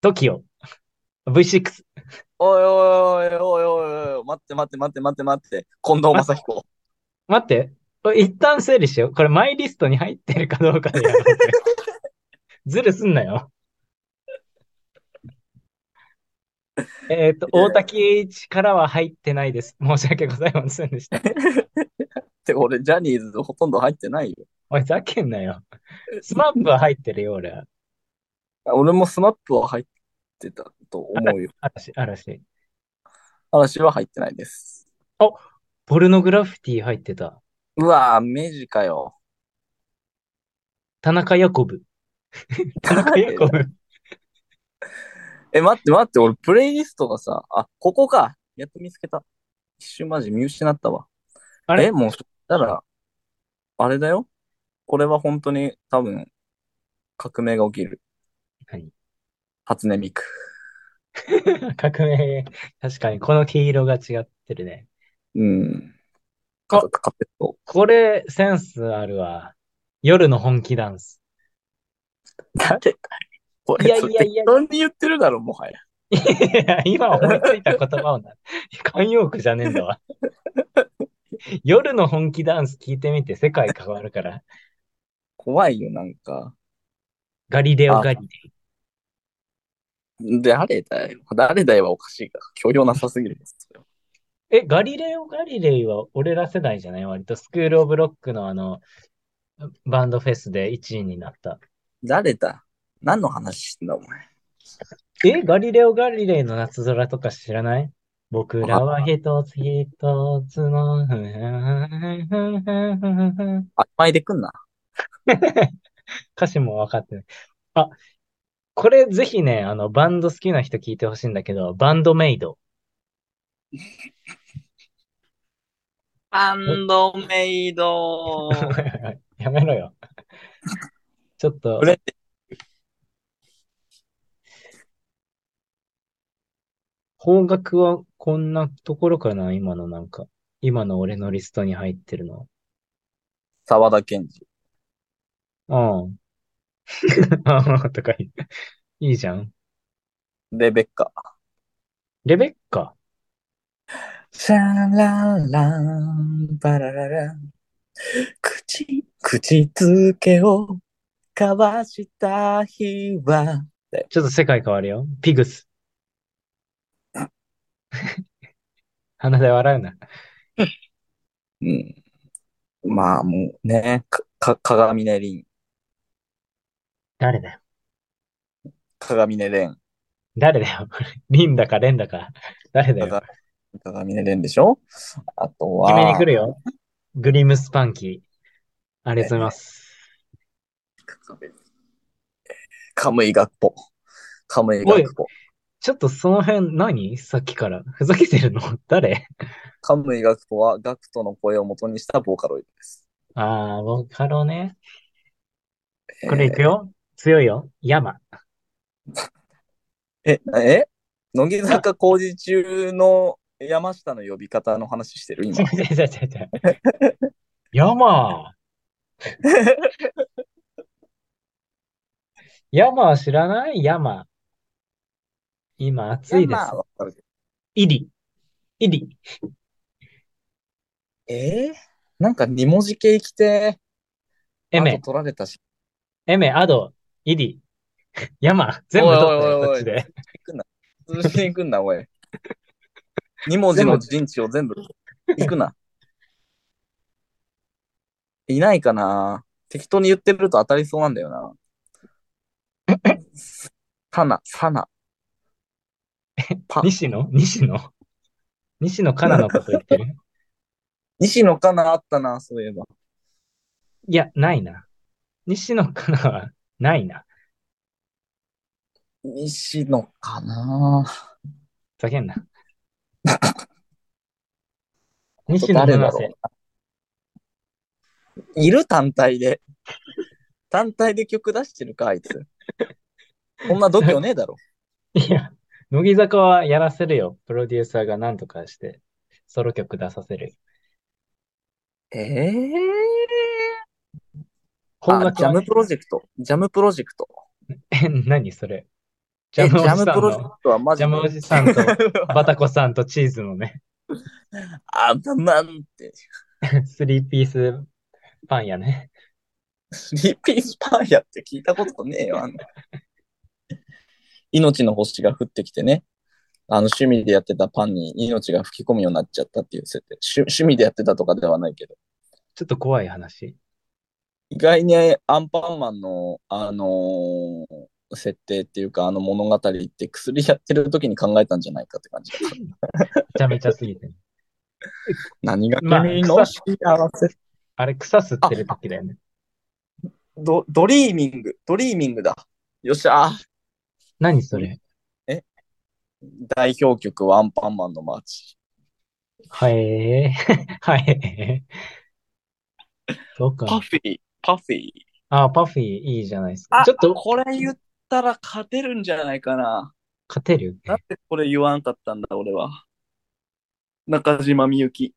S1: TOKIO。V6。
S2: おいおいおいおいおいおい、待って待って待って待って待って。近藤正彦。
S1: 待って。これ一旦整理しよう。これマイリストに入ってるかどうかでやろう [LAUGHS] ぜ。ずるすんなよ。えっと、大滝栄一からは入ってないです。申し訳ございませんでした。
S2: って、俺、ジャニーズほとんど入ってないよ。
S1: おい、ふざけんなよ。スマップは入ってるよ、俺は。
S2: 俺もスマップは入ってたと思 [LAUGHS] うよ。
S1: 嵐、嵐。
S2: 嵐は入ってないです。
S1: ポルノグラフィティ入ってた。
S2: うわぁ、明治かよ。
S1: 田中ヤコブ。田中ヤコブ。
S2: [LAUGHS] え、待って待って、俺、プレイリストがさ、あ、ここか。やっと見つけた。一瞬マジ見失ったわ。
S1: あれ
S2: え、もう、そしたら、あれだよ。これは本当に多分、革命が起きる。
S1: [LAUGHS] 何
S2: 初音ミク。
S1: 革命。確かに、この黄色が違ってるね。
S2: うん。
S1: あ
S2: かかってと。
S1: これ、センスあるわ。夜の本気ダンス。
S2: 誰だよこれ、
S1: いやい
S2: それ
S1: やいや
S2: 適当に言ってるだろ、もはや。
S1: いや [LAUGHS] 今思いついた言葉をな、慣用句じゃねえんだわ。夜の本気ダンス聞いてみて世界変わるから。
S2: 怖いよ、なんか。
S1: ガリレオ
S2: あ
S1: ガリレ
S2: 誰だよ。誰だよはおかしいから。許容なさ [LAUGHS] すぎるです。それは
S1: イ。え、ガリレオガリレイは俺ら世代じゃない割とスクールオブロックのあの、バンドフェスで1位になった。
S2: 誰だ何の話してんだ、お前。
S1: え、ガリレオガリレイの夏空とか知らない僕らは一つ一つの、
S2: あ、前でくんな。
S1: 歌詞も分かってない。あ、これぜひね、あの、バンド好きな人聞いてほしいんだけど、バンドメイド。 [LAUGHS]
S2: ハンドメイド
S1: やめろよ。ちょっと
S2: こ、れ
S1: 方角はこんなところかな、今のなんか。今の俺のリストに入ってるの。
S2: [LAUGHS] 沢田研二。
S1: [LAUGHS] うん。とか言っていいじゃん。
S2: レベッカ。
S1: レベッカ。
S2: シャララン、バラララン。口、口づけを交わした日は。
S1: ちょっと世界変わるよ。ピグス。 [LAUGHS] 鼻で笑うな。
S2: うん。まあもうね、か、か、鏡音凛、
S1: 誰だよ。
S2: 鏡音蓮、
S1: 誰だよ。リンだかレンだか。誰だよ。
S2: 鏡音蓮でしょあとは、
S1: 決めに来るよ。グリムスパンキー。ありがとうございます。
S2: カムイ学歩。カムイ学歩。
S1: ちょっとその辺何さっきから。ふざけてるの誰
S2: カムイ学歩は学徒の声を元にしたボーカロイドです。
S1: ああ、ボカロね。
S2: えー
S1: これいくよ。強いよ。山。
S2: え、え乃木坂工事中の山下の呼び方の話してる
S1: 違
S2: 今。
S1: う違う違う違う。山。山は知らない山。今暑いで
S2: 山は
S1: す。
S2: わかるけど
S1: イリ。イリ。
S2: えーなんか二文字系来て、
S1: エ
S2: あ
S1: メ
S2: と。取られたし、
S1: エメ、アド、イリ。山。全部取ったよ、
S2: おいおいおいおい
S1: こっちで。
S2: 通信行くんな、
S1: [LAUGHS]
S2: おい。二文字の陣地を全部行くな。いないかな適当に言ってると当たりそうなんだよな。
S1: [LAUGHS]
S2: サナ、サナ。パ、
S1: 西野西野西野カナのこと言ってる
S2: 西野かなあったな、そういえば。
S1: いや、ないな。西野カナは、ないな。
S2: 西野かな
S1: ふざけんな。
S2: あ
S1: 西
S2: と
S1: 野
S2: 誰だ
S1: 七
S2: ろ
S1: 瀬。
S2: うないる単体で。単体で曲出してるか、あいつ。こんな度胸ねえだろ。
S1: いや、乃木坂はやらせるよ。プロデューサーが何とかして、ソロ曲出させる。
S2: え [LAUGHS] え
S1: 本
S2: あ、ジャムプロジェクト。ジャムプロジェクト。
S1: え、何それ。ジ
S2: え
S1: ャムおじ
S2: ジャム
S1: さん
S2: プロジェ
S1: の、
S2: クトはマジ
S1: ジャムおじさ
S2: [LAUGHS]
S1: んと、バタコさんとチーズのね、
S2: あ、ブマンって。
S1: スリーピースパンやね。
S2: リピースパンやって聞いたことねえよ、あの。命の星が降ってきてね。あの、趣味でやってたパンに命が吹き込むようになっちゃったっていう設定。趣趣味でやってたとかではないけど。
S1: ちょっと怖い話。
S2: 意外にアンパンマンの、あのー設定っていうか、あの物語って薬やってる時に考えたんじゃないかって感じだった。
S1: めちゃめちゃすぎて。
S2: 何が
S1: まあ
S2: 君の幸せ
S1: あれ、草吸ってる時だよね。
S2: ドドリーミング、ドリーミングだ。よっしゃー。
S1: 何それ。
S2: 代表曲はアンパンマンのマーチ。
S1: はい [LAUGHS] はい。そう
S2: パ
S1: か。
S2: フィー、パフィー。
S1: あ、パフィーいいじゃないですか。
S2: あ、
S1: ちょっと
S2: これ言ったら勝てるんじゃないかな。
S1: 勝てる
S2: なんでこれ言わんかったんだ、俺は。中島みゆき。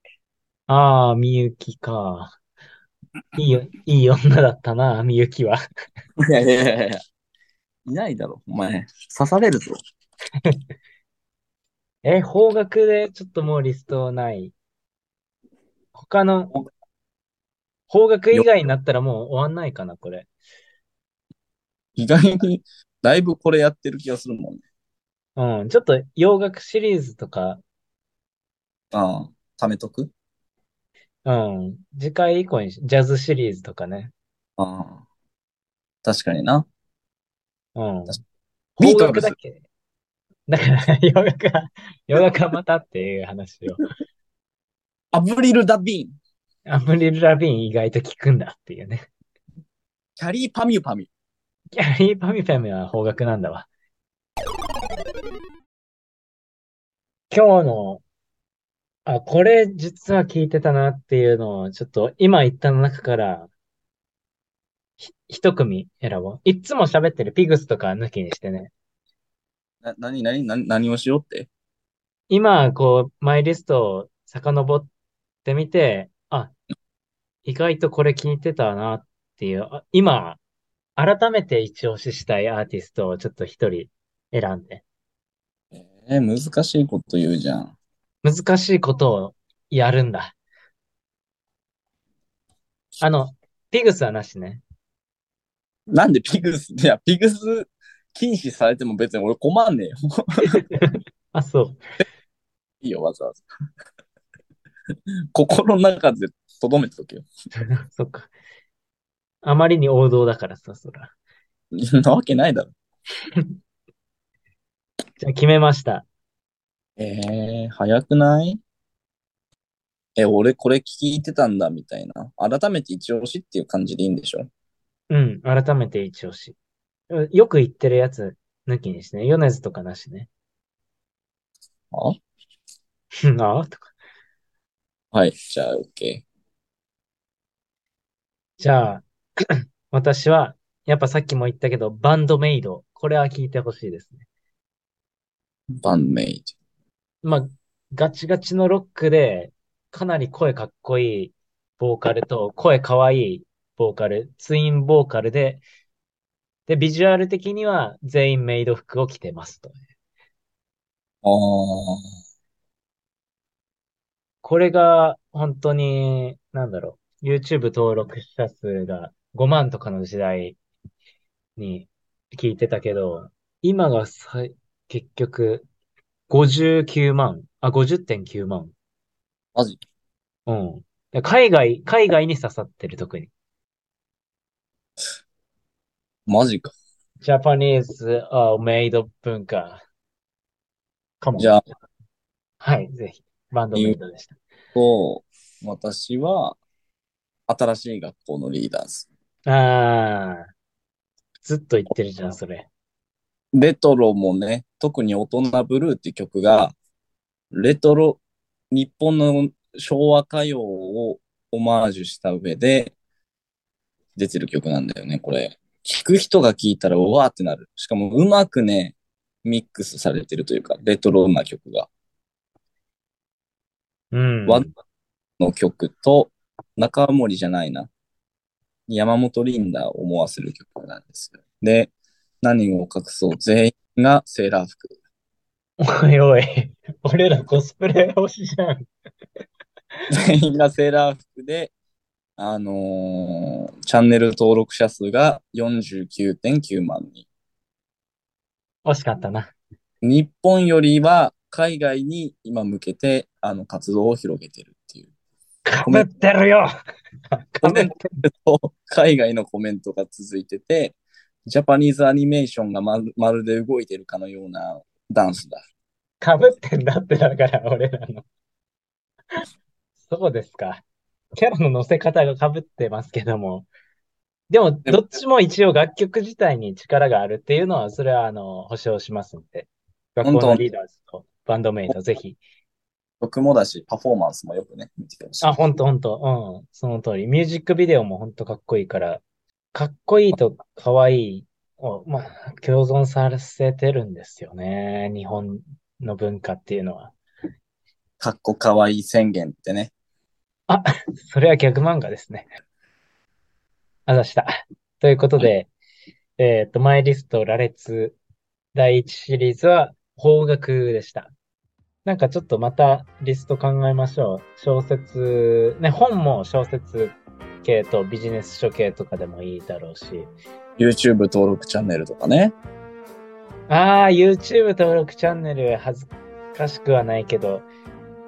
S1: ああ、みゆきか。いいよ、いい女だったな、みゆきは。
S2: いやいやいやいや。いないだろ、お前。刺されるぞ。
S1: え、方角でちょっともうリストない。他の、方角以外になったらもう終わんないかな、これ。
S2: 意外に、だいぶこれやってる気がするもんね。
S1: うん、ちょっと洋楽シリーズとか、
S2: ああ、貯めとく
S1: うん、次回以降にしジャズシリーズとかね。
S2: ああ。確かにな。
S1: うん。
S2: ビート
S1: 邦
S2: ル
S1: 楽
S2: ズ
S1: だっけ [LAUGHS] だから、洋楽は、洋楽はまたっていう話を。
S2: アブリル・ダ・ビーン。
S1: アブリル・ラビーン意外と聞くんだっていうね。
S2: キャリー・パミュパミュ。
S1: キャリー・パミュパミュは方角なんだわ。今日の、あ、これ実は聞いてたなっていうのを、ちょっと今言ったの中から、ひ一組選ぼう。いっつも喋ってるピグスとか抜きにしてね。
S2: な、なになになに何をしようって
S1: 今、こう、マイリストを遡っってみて、あ、意外とこれ聞いてたなっていう、あ今、改めて一押ししたいアーティストをちょっと一人選んで、
S2: えー難しいこと言うじゃん。
S1: 難しいことをやるんだ。あの、ピグスはなしね。
S2: なんでピグス、いや、ピグス禁止されても別に俺困んねえよ。
S1: あ、そう。
S2: いいよ、わざわざ。 [LAUGHS] 心の中で留めておけよ。
S1: [LAUGHS] そっか。あまりに王道だからさ、そら。
S2: そんなわけないだろ。
S1: じゃあ決めました。
S2: えー、早くないえ、俺これ聞いてたんだ、みたいな。改めて一押しっていう感じでいいんでしょ
S1: うん、改めて一押し。うんよく言ってるやつ抜きにしてね。米津とかなしね。
S2: あ
S1: うん [LAUGHS] ああとか。
S2: はい、じゃあ、OK。
S1: じゃあ、 [CLEARS THROAT] 私は、やっぱさっきも言ったけど、バンドメイド。これは聞いてほしいですね。
S2: バンメイ
S1: まあ、ガチガチのロックで、かなり声かっこいいボーカルと、声かわいいボーカル、ツインボーカルで、で、ビジュアル的には全員メイド服を着てますと。
S2: ド。あ
S1: これが本当に、なんだろう、YouTube 登録者数が5万とかの時代に聞いてたけど、今がさい結局59万、あ、50.9万。
S2: ー、マジ
S1: うん。で海外、海外に刺さってる、特に。
S2: マジか。
S1: ジャパニーズ、あ、メイド文化。かも。
S2: じゃあ、
S1: はい、ぜひ。バンドメイドでした。
S2: と、私は、新しい学校のリーダーズ。
S1: あー。ずっと言ってるじゃん、それ。
S2: レトロもね、特に大人ブルーっていう曲が、レトロ、日本の昭和歌謡をオマージュした上で出てる曲なんだよね、これ。聴く人が聴いたら、うわーってなる。しかも、うまくね、ミックスされてるというか、レトロな曲が。
S1: うん。
S2: ワンの曲と、中森じゃないな。山本リンダを思わせる曲なんですよ。で、何を隠そう、全員がセーラー服。
S1: おいおい、 [LAUGHS] 俺らコスプレ推しじゃん。
S2: 全員がセーラー服で、あのーチャンネル登録者数が49.9万人。
S1: 惜しかったな。
S2: 日本よりは海外に今向けて、あの、活動を広げてるっていう。
S1: か
S2: ごめ
S1: ぶ
S2: ん
S1: ってるよか
S2: ご
S1: ぶ
S2: め
S1: っ
S2: ん [LAUGHS] 海外のコメントが続いてて、ジャパニーズアニメーションがまるまるで動いてるかのようなダンスだ。
S1: かぶってんだってだから、俺らの。そうですか。キャラの乗せ方がかぶってますけども。でも、
S2: でも
S1: どっちも一応楽曲自体に力があるっていうのは、それは、あの、保証しますんで。学校のリーダーズとバンドメイド、ぜひ。
S2: 曲もだし、パフォーマンスもよくね、見ててほしい。
S1: あ、ほんとほんと。うん。その通り。ミュージックビデオもほんとかっこいいから、かっこいいとかわいいを、まあ、共存させてるんですよね。日本の文化っていうのは。
S2: かっこかわいい宣言ってね。
S1: それは逆漫画ですね。あざした。ということで、えっと、マイリスト羅列第1シリーズは邦楽でした。なんかちょっとまたリスト考えましょう。小説、ね、本も小説系とビジネス書系とかでもいいだろうし。
S2: YouTube 登録チャンネルとかね。
S1: ああ、YouTube 登録チャンネル恥ずかしくはないけど、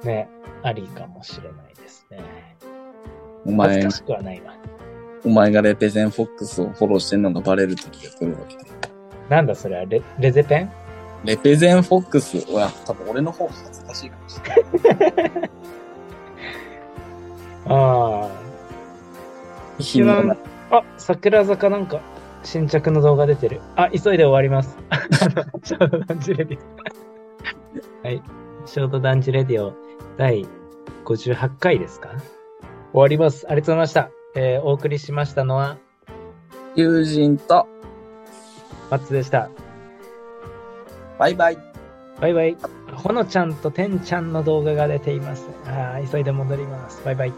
S1: ね、ありかもしれないですね。恥
S2: お
S1: ず
S2: 前
S1: か、しくはないわ。
S2: お前がレペゼンフォックスをフォローしてんのがバレる時が来るわけだ。
S1: なんだそれは、レ、レゼペン
S2: レペゼンフォックスは多分俺の方が恥ずかしいかもしれない。
S1: ああ。
S2: 品のない
S1: あ、桜坂なんか、新着の動画出てる。あ、急いで終わります。 [LAUGHS] ショートダンジレディオ。はい。ショートダンジレディオ第58回ですか終わります。ありがとうございました。えーお送りしましたのは、
S2: 友人と
S1: マッツでした。
S2: バイバイ。
S1: バイバイ。ほのちゃんとてんちゃんの動画が出ています。あー急いで戻ります。バイバイ。